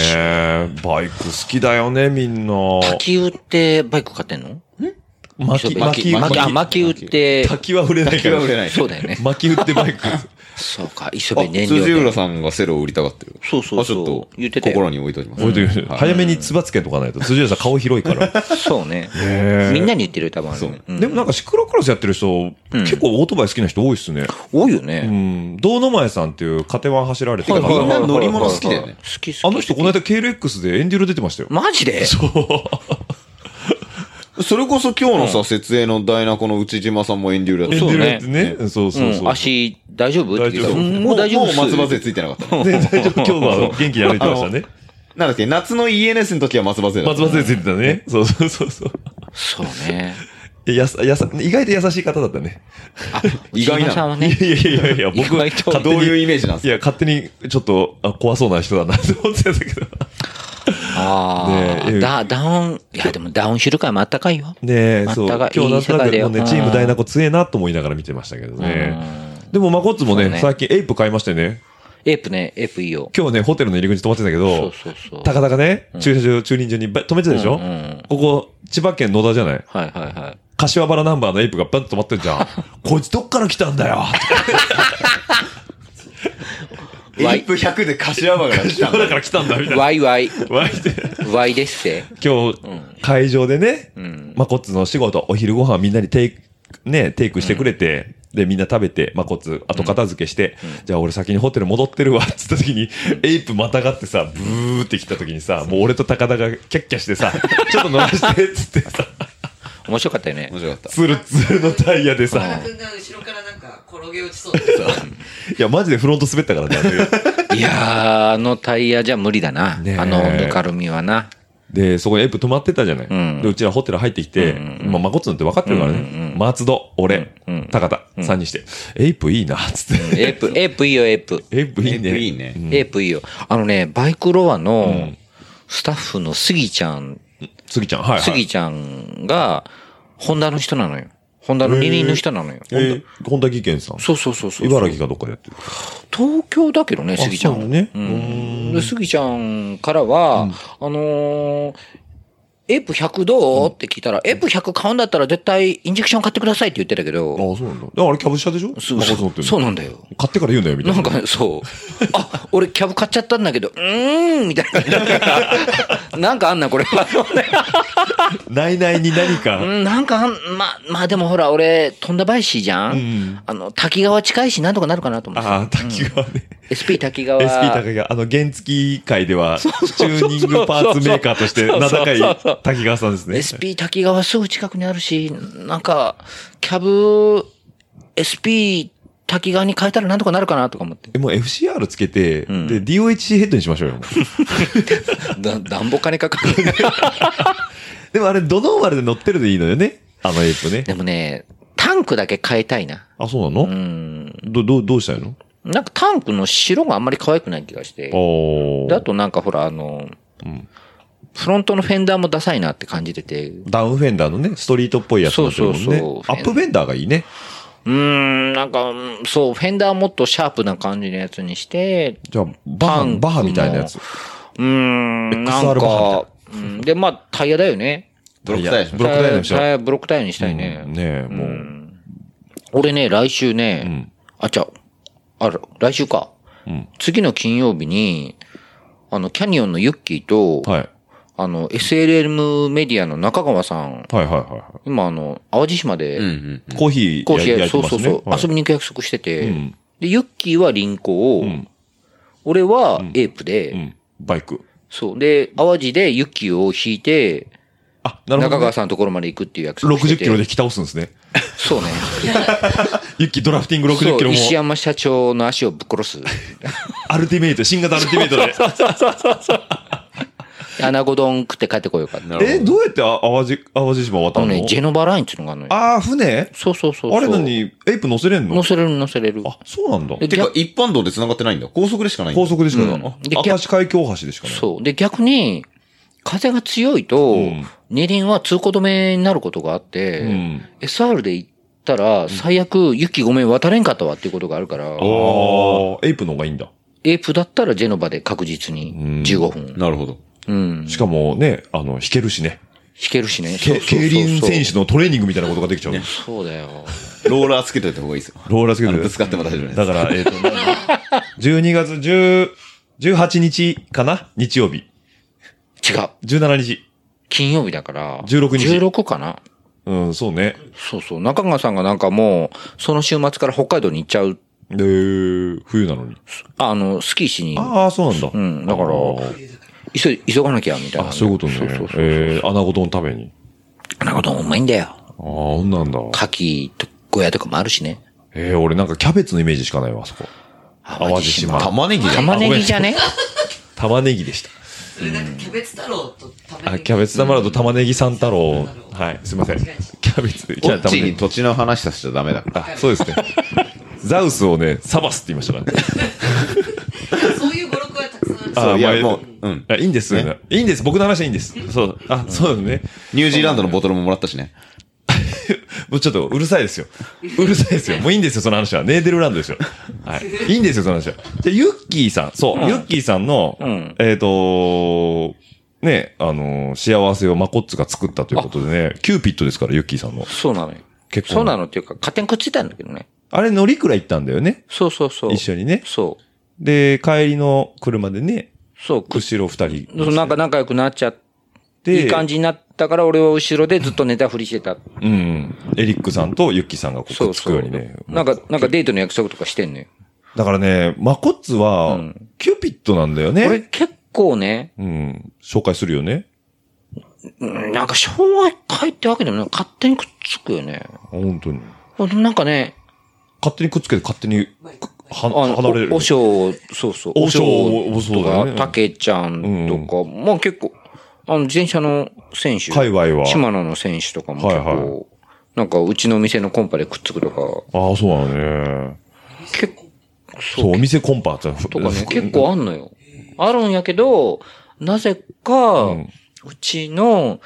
D: バイク好きだよね、みんな。
G: 滝売ってバイク買ってんの
D: 巻き、巻き、
G: 巻き、あ、巻き売って。
D: 滝は売れない
E: 滝
D: か
E: は
D: ら
E: 売。れない。
G: そうだよね。
D: 巻き売ってバ イク。
G: そうか、磯
E: あ
G: 部、燃料
E: 辻浦
G: で。
E: さんがセロを売りたがってる。
G: そうそうそう
E: あ、ちょっと、
G: 言ってたよ
E: 心に置いておきます。
D: 置いときましょう
E: はい
D: 早めにつばつけとかないと。辻吉さん顔広いから。
G: そうね。
D: へー
G: みんなに言ってるよ、多分あれね。うん
D: でもなんかシクロクロスやってる人、結構オートバイ好きな人多いっすね。
G: 多いよ
D: う
G: ね。
D: ん。堂の前さんっていうカテワン走られてる
E: みんな乗り物好きだよ
G: 好
E: ね。
G: き好き。
D: あの人この間 KLX でエンデュール出てましたよ。
G: マジで
E: それこそ今日のさ、設営の大中の内島さんもエンデュールやって
D: エン
E: る
D: デュ
G: そうね
D: ールね。そう
G: う
D: そうそ
G: ん、
D: う。
G: 足、大丈夫って聞いたら
D: 大丈夫
G: うんもう大丈夫っ
E: もう
G: す
E: 松葉勢ついてなかった ね。
D: ね大丈夫今日は元気に歩いてましたね。
E: なんだっけ、夏の ENS の時は松葉勢だっ
D: 松
E: た。
D: 葉先生ってたね。そうそうそうそう。
G: そうね。
D: えやさやさ意外と優しい方だったね。
E: 意外
G: 内島さん
E: な。
G: はい
D: や
G: ね。
D: いやいやいや、僕
G: 意外と
D: 勝
E: ど
D: 手
E: ういう
D: に、
E: イメージなん
D: い
E: ですか
D: や、勝手にちょっとあ怖そうな人だなって思ってたんだけど。
G: あ
D: ねえ
G: あ、だ、ダウン、いや、でもダウン知るからもあったかいよ。
D: ねえ、
G: また
D: そう。今
G: が
D: 日なん
G: い
D: と
G: い世
D: な
G: 界
D: く
G: だ
D: もう
G: よ
D: ね、
G: うん
D: チーム大ナコ強えなと思いながら見てましたけどね。
G: うん
D: でも、マコッツも
G: そ
D: ね、
G: うね
D: 最近エイプ買いましてね、
G: エープね、エープいいよ。
D: 今日ね、ホテルの入り口に泊まってたけ
G: そ
D: ど
G: う、そうそう。
D: たかたかね、駐車場、駐輪場にば止めてたでしょ
G: うんうん
D: ここ、千葉県野田じゃない
G: はいはいはい。
D: 柏原ナンバーのエイプがバッと止まってんじ ゃん。こいつどっから来たんだよ。
G: や
E: エイプ100で柏原が来たん
D: ど
E: だ
D: だから来たんだ、みたいな。
G: ワイワイ、
D: わいって
G: ワイですって。
D: 今日、会場でね、マコッツの仕事、お昼ご飯みんなにテイク、ね、テイクしてくれて、で、みんな食べて、マコッツ、後片付けして、じゃあ俺先にホテル戻ってるわ、つった時に、エイプまたがってさ、ブーって来た時にさ、もう俺と高田がキャッキャしてさ、ちょっと乗らして、つってさ、
G: 面白かったよね
E: 面。白かった。
D: ツルツルのタイヤでさ、
H: 君が後ろからなんか転げ落ちそうだった。
D: いや、マジでフロント滑ったからねあの夜、
G: いやー、あのタイヤじゃ無理だな。あ
D: ねえ
G: のぬかるみはな。
D: で、そこにエイプ泊まってたじゃない。
G: ん
D: で、うちらホテル入ってきて、まあ、マコッツなんて分かってるからね。松戸、俺、高田、3人して、エイプいいな、つって。
G: エープ、エープいいよ、エープ。
D: エイプいいね。
E: エイプいいね
D: うん
G: エープいいよ。あのね、バイクロアのスタッフのスギちゃん、
D: スギちゃん、はい、はい。
G: スギちゃんが、ホンダの人なのよ。ホンダの二輪の人なのよ。
D: えー、本田技研さん。
G: そうそうそうそう。
D: 茨城かどっかでやってる。
G: 東京だけどね、スギちゃん
D: そ
G: は。
D: うね
G: うん。で、スギちゃんからは、あのー、エープ100どうって聞いたら、エープ100買うんだったら絶対インジェクション買ってくださいって言ってたけど、
D: ああ、そうなんだ。であれ、キャブ車でしょ
G: そう
D: マコッツ乗ってるの
G: そうなんだよ。
D: 買ってから言うなよ、みたい
G: な
D: な。
G: んかね、 そう。あ、俺キャブ買っちゃったんだけど、うーん、みたいな感じだったから。なんかあんな、こ れ。
D: ないないに何
G: う
D: か。
G: んなんかあん、ま、まあでもほら、俺、富田林じゃん、あの、滝川近いし、なんとかなるかなと思って
D: ああ、滝川ね。
G: SP 滝川。
D: SP 高が、あの、原付界では、チューニングパーツメーカーとして、
G: そ
D: 名
G: うそうそう
D: 高い滝川さんですね。
G: SP 滝川すぐ近くにあるし、なんか、キャブ、SP 滝川に変えたらなんとかなるかなとか思 って。
D: えもう FCR つけて、
G: ん
D: で、DOHC ヘッドにしましょうよ。
G: だ、なんぼ金かか る。
D: でもあれ、ドノーマルで乗ってるでいいのよね。あのエイプね。
G: でもね、タンクだけ変えたいな。
D: あ、そうなの、
G: うん。
D: ど、ど、どうしたいの
G: なんかタンクの白があんまり可愛くない気がして。
D: お
G: だとなんかほら、あの、フロントのフェンダーもダサいなって感じてて。う
D: ダウンフェンダーのね、ストリートっぽいやつになってるもんね。
G: そうそうそう
D: アップフェンダーがいいね。
G: ーん、なんか、うんそう、フェンダーもっとシャープな感じのやつにして、
D: じゃあ、バハ
G: タンク
D: ン、
G: も
D: バハみたいなやつ。
G: うーん、なん
D: XR バ
G: か、うんで、まあ、タイヤだよね。
E: ブロックタイヤでしょ
D: ブロックタイヤにしよう
G: タイヤブロックタイヤにしたいね。
D: うんねえ、もう。
G: 俺ね、来週ね、
D: ん
G: あ、じゃあ、あら、来週か。
D: ん
G: 次の金曜日に、あの、キャニオンのユッキーと、
D: はい。
G: あの、SLM メディアの中川さん、
D: はいはいは
G: 今あの、淡路島
E: うんう
G: で、
E: ん。
D: い。コーヒー
G: コーヒー、
D: 焼いて
G: そう
D: ます
G: そう
D: ね。
G: そう、
D: はい
G: 遊びに行く約束してて、
D: うん
G: で、ユッキーはリンコを、
D: ん
G: 俺はエープで、
D: うん。バイク。
G: そう。で、淡路でユッキーを引いて、
D: あ、なるほ
G: 中
D: ど、
G: 川
D: ね。
G: さんのところまで行くっていう約束して
D: 60
G: て。
D: キロで引き倒すんですね。
G: そうね。
D: ユッキードラフティング
G: そ
D: 60キ
G: う、
D: ロも、
G: 石山社長の足をぶっ殺す。
D: アルティメイト、新型アルティメイトで。
G: 穴子丼食って帰ってこようかって。
E: なるほど
D: え、どうやってあ淡路、淡路島
G: あ
D: 渡
G: の
D: るの
G: ね、ジェノバラインっていうのがあるのよ。
D: ああ、船
G: そうそうそうそう。
D: あれのに、エイプ乗せれんの
G: 乗せれる乗せれる。
D: あ、そうなんだ。
G: で
E: てか、一般道で繋がってないんだ。高速でしかないんだ。
D: 高速でしかない。
G: うん
D: あ
G: で
D: 明石海峡橋でしかない。
G: そう。で、逆に、風が強いと、
D: ん
G: 二輪は通行止めになることがあって、
D: うん
G: SR で行っったら、最悪、ユキごめん渡れんかったわっていうことがあるから、
D: ああ、エイプの方がいいんだ。
G: エイプだったらジェノバで確実に15分。
E: なるほど。
G: うん。
D: しかもね、あの、弾けるしね。
G: 弾けるしね。
D: け競輪選手のトレーニングみたいなことができちゃう。
G: 手。そうだよ。
E: ローラーつけといた方がいいですよ。
D: ローラースケ
E: あ
D: ー
E: の
D: ト
E: ぶつかっても大丈夫です。
D: だから、えっ、と、なんだ12月10 18日かな日曜日。
G: 違う。
D: 17日。
G: 金曜日だから。
D: 16日
G: 16かな。
D: うん、そうね。
G: そうそう。中川さんがなんかもう、その週末から北海道に行っちゃう。
D: で、冬なのに。
G: あの、スキーしに。
D: ああ、そうなんだ。
G: うん。だから、急い、急がなきゃ、みたいな。
D: あそういうことね。
G: そうそうそう。
D: えー、穴子丼食べに。
G: なんかどうもうまいんだよ。
D: ああ、ほんなんだ。
G: 牡蠣と小屋とかもあるしね。
D: えー、俺なんかキャベツのイメージしかないわ、あそこ。淡路島。
E: 玉ねぎだよ
G: 玉ねぎじゃね
D: 玉ねぎでした。
H: それなんかキャベツ太郎と食べ
D: あ、キャベツ玉だと玉ねぎ三太郎。はい、すいません。キャベツ、キ
E: オ
D: ャ
E: ッ
D: 玉
E: チ
D: ね
E: に
D: ぎ。
E: 土地の話させちゃダメだ。
D: あ、そうですね。ザウスをね、サバスって言いましたからね。
H: そういう語録はたくさんある。
E: そう、い
D: まあ
E: や、もう、う ん。
D: あいいんです、
E: ね
D: いいんです。僕の話はいいんです。そう。あ、そうですね。
E: ニュージーランドのボトルももらったしね。
D: もうちょっとうるさいですよ。うるさいですよ。もういいんですよ、その話は。ネーデルランドですよ。はい。いいんですよ、その話は。じゃあユッキーさん。そう。ユッキーさんの、
G: うん
D: えっ、とね、あのー幸せをマコッツが作ったということでね、キューピッドですから、ユッキーさんの。
G: そうなのよ。
D: 結婚
G: そうなのっていうか、勝手にくっついたんだけどね。
D: あれ、乗りくらい行ったんだよね。
G: そうそうそう。
D: 一緒にね。
G: そう。
D: で、帰りの車でね、
G: そう、くっ
D: 後ろ二人。
G: なんか仲良くなっちゃっ
D: で
G: て、いい感じになったから俺は後ろでずっと寝たふりしてた。
D: うん。エリックさんとユッキーさんがこう
G: そ
D: くっ
G: う
D: つ
G: そ
D: く
G: う。
D: ようにね。
G: なんか、なんかデートの約束とかしてんのよ。
D: だからね、マコッツは、
G: うん
D: キューピッドなんだよ
G: 俺
D: ね。
G: 結構ね、
D: うん。紹介するよね。
G: うんなんか昭和会ってわけでもない。勝手にくっつくよね。
D: 本当に。
G: なんかね、
D: 勝手にくっつけて勝手には
G: あの、
D: 離れるよね。
G: おしょう、そうそう。
D: おしょう
G: おしょ
D: そう
G: と
D: だよね
G: か、たけちゃんとか、まあ結構、あの、自転車の選手。
D: 界隈は。
G: 島野の選手とかも結構、
D: はいは
G: なんかうちの店のコンパでくっつくとか、
D: ああ、そうなのね。
G: 結構、
D: そう、お店コンパって。
G: とかね、
D: ふ
G: 結構あんのよ。あるんやけど、なぜか、
D: う
G: うんちの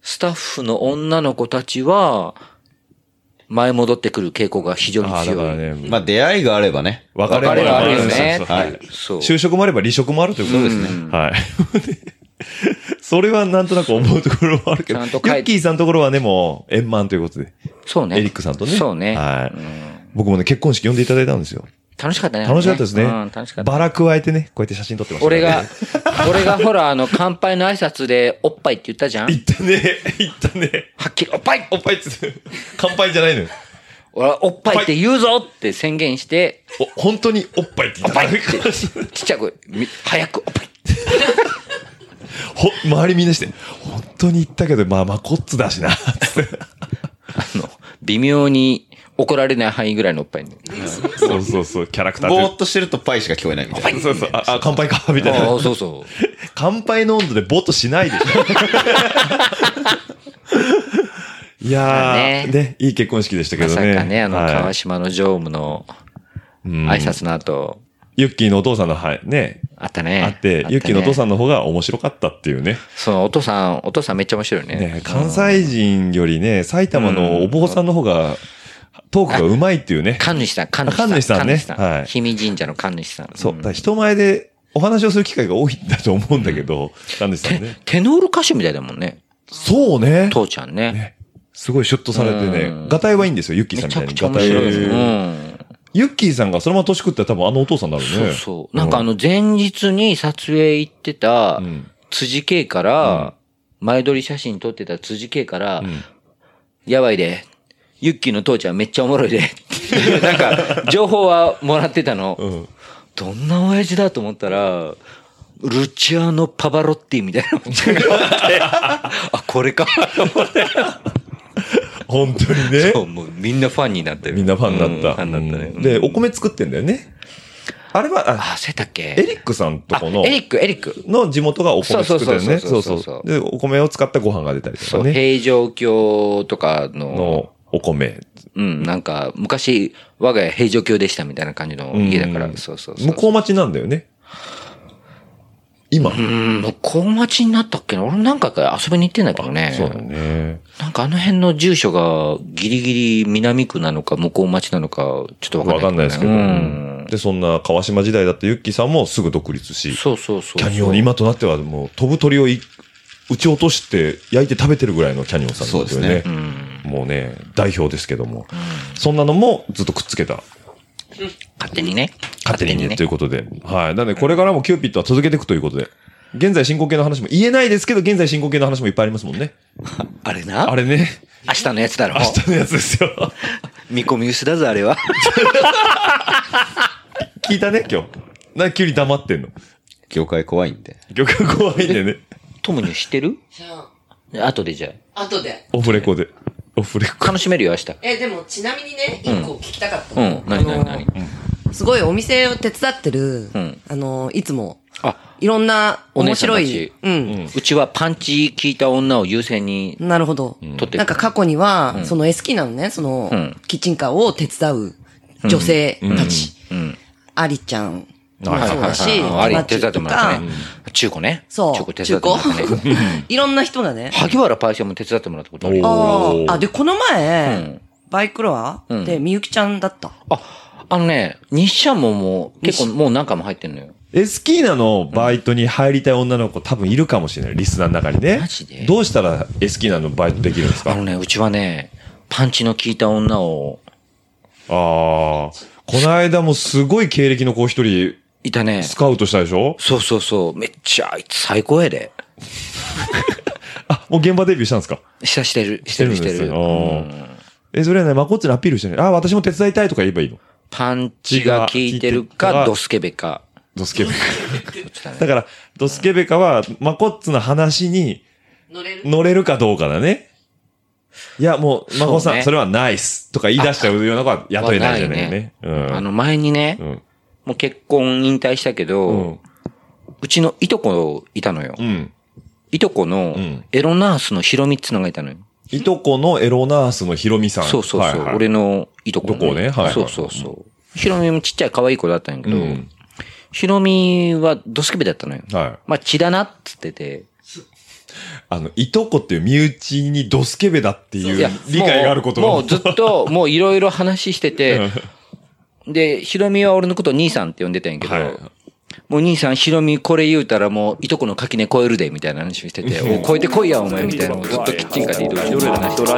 G: スタッフの女の子たちは、前戻ってくる傾向が非常に
D: ああ、だか
G: 強
D: ら
G: い。
D: ね。
E: まあ、出会いがあればね。
D: 別れ
G: あれ
D: も
G: は
D: あ
G: あ
D: る
G: るよ
D: よ
G: ね。
D: ねは
G: はいそう。
D: 就職もあれば離職もあるということですね。
G: うん
D: はい。 それはなんとなく思うところはあるけど、
G: ち
D: ユ
G: ゃんと書い
D: ッキーさんのところはね、もう円満ということで、
G: そうね。
D: エリックさんとね。
G: そうね。
D: はい
G: うん
D: 僕もね、結婚式呼んでいただいたんですよ。
G: 楽しかったね。
D: 楽しかったですね
G: うん、楽しかった。
D: バラ加えてね、こうやって写真撮ってました、
G: 俺 が、俺がほら、あの、乾杯の挨拶で、おっぱいって言ったじゃん
D: 言ったね、言ったね。
G: はっきり、おっぱい
D: おっぱいっつって、乾杯じゃないのよ。
G: 俺はおっぱいって言うぞって宣言して、
D: お本当におっぱいって言った
G: おっぱいってちっちゃく、み早くおっぱいって。
D: ほ周りみんなして、本当に言ったけど、まあまあこっつだしな、つって。
G: あの、微妙に怒られない範囲ぐらいのおっぱいね。
D: そうそうそう、キャラクター
E: ぼ
D: っ
E: ーっとしてるとパイしか聞こえないみたいな。
D: て。そうそう、あ、あ乾杯か、 みたい
G: あ
D: な
G: あ、。そうそ
D: 乾杯の温度でぼーっとしないでしょ。い
G: ま
D: や
G: あ
D: ー、
G: ね
D: ね、いい結婚式でした
G: う。
D: け
G: ま
D: どね。
G: さかね、あの、
D: はい
G: 川島の常務の
D: うん
G: 挨拶の後、
D: ユッキーのお父さんの、はい、ね、
G: あったね。
D: あって、ユッキーのお父さんの方が面白かったっていうね。
G: そのお父さん、お父さんめっちゃ面白いね。
D: ね、関西人よりね、埼玉のお坊さんの方が、トークがうまいっていうね。
G: 神主さん、神主
D: あ
G: さん。
D: 神主さんねはい
G: 氷見神社の神主さん。
D: そう。
G: ん
D: だから人前でお話をする機会が多いんだと思うんだけど、神主さんね。
G: テノール歌手みたいだもんね。
D: そうね。
G: 父ちゃんね。
D: ねすごいシュッとされて
G: う
D: ね、
G: ん
D: ガタイはいいんですよ、ユッキー
G: め
D: さんみ
G: ちゃ
D: た
G: く
D: いに。
G: ちゃ面白
D: ガタイ
G: いです
D: う
G: ね。
D: ん
G: うん。
D: ユッキーさんがそのまま年食ったら多分あのお父さんになるね。
G: そうそう。なんかあの前日に撮影行ってた
D: うん
G: 辻圭から、前撮り写真撮ってた辻圭から、やばいで、ユッキーの父ちゃんめっちゃおもろいで、 っていうなんか情報はもらってた
D: う
G: の。
D: ん。
G: どんな親父だと思ったら、ルチアーノ・パバロッティみたいなおじがあ って、あ、これか。
D: 本当にね。
G: そうもうみんなファンになってる。
D: みんなファンにな
G: うん
D: っ
G: フ
D: た。
G: ァンになったね。
D: うんで、お米作ってんだよね。あれは、あ
G: あ、そうやったっけ
D: エリックさんと
G: あ
D: この
G: エ、リック、エリック。
D: の地元がお米作ってるね。そ
G: そうう
D: そ
G: そううそうそう
D: そう。で、お米を使ったご飯が出たりと
G: そ
D: か
G: う、
D: ね。
G: 平城京とかの、
D: のお米。
G: うん、なんか、昔、我が家平城京でしたみたいな感じの家だか
D: う
G: ら
D: ん、
G: そうそうそう。
D: 向こう町なんだよね。
J: 今
G: う。ん、もう小町になったっけな俺も何回か遊びに行ってんだけどね。
D: そうだね。
G: なんかあの辺の住所がギリギリ南区なのか向こう町なのかちょっと
D: わ
G: わ
D: か
G: か
D: ん
G: んな
D: な
G: いい
D: ですけど。
G: うん
D: で、そんな川島時代だったユッキーさんもすぐ独立し、
G: そうそうそう。
D: キャニオン、今となってはもう飛ぶ鳥をい撃ち落として焼いて食べてるぐらいのキャニオンさんなんですよ
E: そう
D: ね
E: で。
G: うん。
D: もうね、代表ですけども。そんなのもずっとくっつけた
G: 勝手にね。
D: 勝手にね、
G: ね
D: ということで。はい。なので、これからもキューピットは続けていくということで。現在進行形の話も言えないですけど、現在進行形の話もいっぱいありますもんね。
G: あれな
D: あれね、
G: 明日のやつだろ
D: 明日のやつですよ。
G: 見込み薄だぞ、あれは。
D: 聞いたね、今日。なんで急に黙ってんの。
E: 業界怖いんで。
D: 曲が怖いんでね。
G: トムニュー知ってる
H: じゃあ、
G: 後でじゃ
H: 後で。
D: オフレコで。オフレ
G: あ。
D: コ。
G: 楽しめるよ、明日。
H: え、でもちなみにね、一個聞きたかった
G: う
H: の。
G: ん、なになになに
A: すごいお店を手伝ってる、
G: ん
A: あの、いつも、
G: あ、
A: いろんな
G: お
A: 面
G: 姉さん
A: 白
G: たち
A: い、うん、
G: うちはパンチ効いた女を優先に
A: なるほど。
G: 取って
A: なんか過去には、その S キーなのね、その、
G: うん
A: キッチンカーを手伝う女性たち。
G: うん。
A: アリちゃんも
D: はい
A: そうだし、
G: あり
A: マッ
G: 手
A: チ
G: 伝って
A: と
G: もら
A: か、
G: ったね。中古ね。
A: そ
G: 中古
A: う、
G: 手伝
A: 中
G: ってもらったね。
A: 古いろんな人がね。
G: 萩原パイセンも手伝ってもらったことあるよ。
A: あ
D: おー
A: ーあ、で、この前、
G: うん
A: バイクロア
G: うん
A: で、みゆきちゃんだった。
G: あ、あのね、日社ももう、結構もう何回も入ってんのよ。
D: エスキーナのバイトに入りたい女の子多分いるかもしれない。リスナーの中にね。
G: マジで
D: どうしたらエスキーナのバイトできるんですか
G: あのね、うちはね、パンチの効いた女を、
D: ああ。この間もすごい経歴の子一人
G: いたね。
D: スカウトしたでしょ
G: そうそうそう。めっちゃあいつ最高やで。
D: あ、もう現場デビューしたんですか
G: したしてる、してる、
D: し
G: して
D: る
G: て
D: ん
G: る
D: です。よ
G: うん
D: え、それはね、まこっちにアピールしてね。あ、私も手伝いたいとか言えばいいの
G: パンチが効いてるか、ドスケベか。
D: ドスケベカ。 だから、ドスケベカは、マコッツの話に
H: 乗れる
D: 乗れるかどうかだね。いや、もう、マコ
G: そ
D: さ、
G: うんね
D: それはナイスとか言い出しちゃうような子は雇えないじゃないよね。う
G: あ
D: ん。
G: の前にね
D: う、ん。
G: もう結婚引退したけ
D: う
G: ど
D: ん、。
G: うちのいとこいたのよ
D: う。ん。
G: いとこの
D: うん
G: エロナースのヒロミっつのがいたのよ。
D: いとこのエロナースのヒロミさん。
G: そうそう
D: はい
G: そう。
D: はい
G: 俺のいとこ
D: いとこねはいはい
G: そうそうそう。ヒロミもちっちゃい可愛い子だったんやけ
D: う
G: ど、
D: ん。
G: ヒロミはドスケベだったのよ。
D: はい。
G: まあ血だなっつってて。
D: あの、いとこっていう身内にドスケベだっていう理解があること
G: もうもうずっ と、もういろいろ話してて、で、ヒロミは俺のこと兄さんって呼んでたんやけど、
D: はい
G: もう兄さん、ヒロミこれ言うたらもういとこの垣根越えるで、みたいな話をして て、おう超えてこいや、お前みたいなのをずっとキッチンカーで移動
B: ラ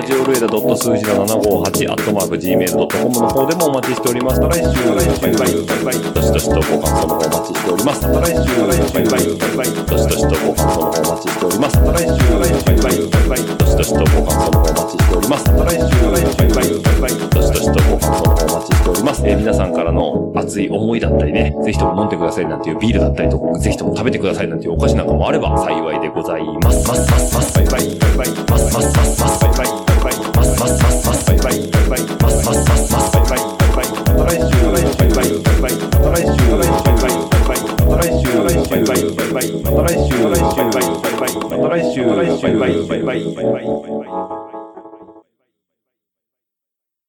G: し
B: ジ
G: て
B: オルエダ
G: 話
B: ね
G: してて
B: ラジオルエダ数字の758アットマーク Gmail.com の方でもお待ちしておりますまた来週来週来週どしどしとご感想の方お待ちしておりますまた来週来週来週来週どしどしとご感想の方お待ちしておりますまた来週来週来週来週どしどしとご感想の方お待ちしておりますまた来週来週来週来週どしどしとご感想の方お待ちしております、えー皆さんからの熱い思いだったりねぜひとも飲んでくださいなんていうビールだったりとかぜひとも食べてくださいなんていうお菓子なんかもあれば幸いでございますますますますバイバイバイバイますますますますバイバイバイバイますますますますバイバイバイバイますますますますバイバイバイバイまた来週バイバイバイバイまた来週バイバイバイバイまた来週バイバイバイバイまた来週バイバイバイバイまた来週バイバイバイバイバイ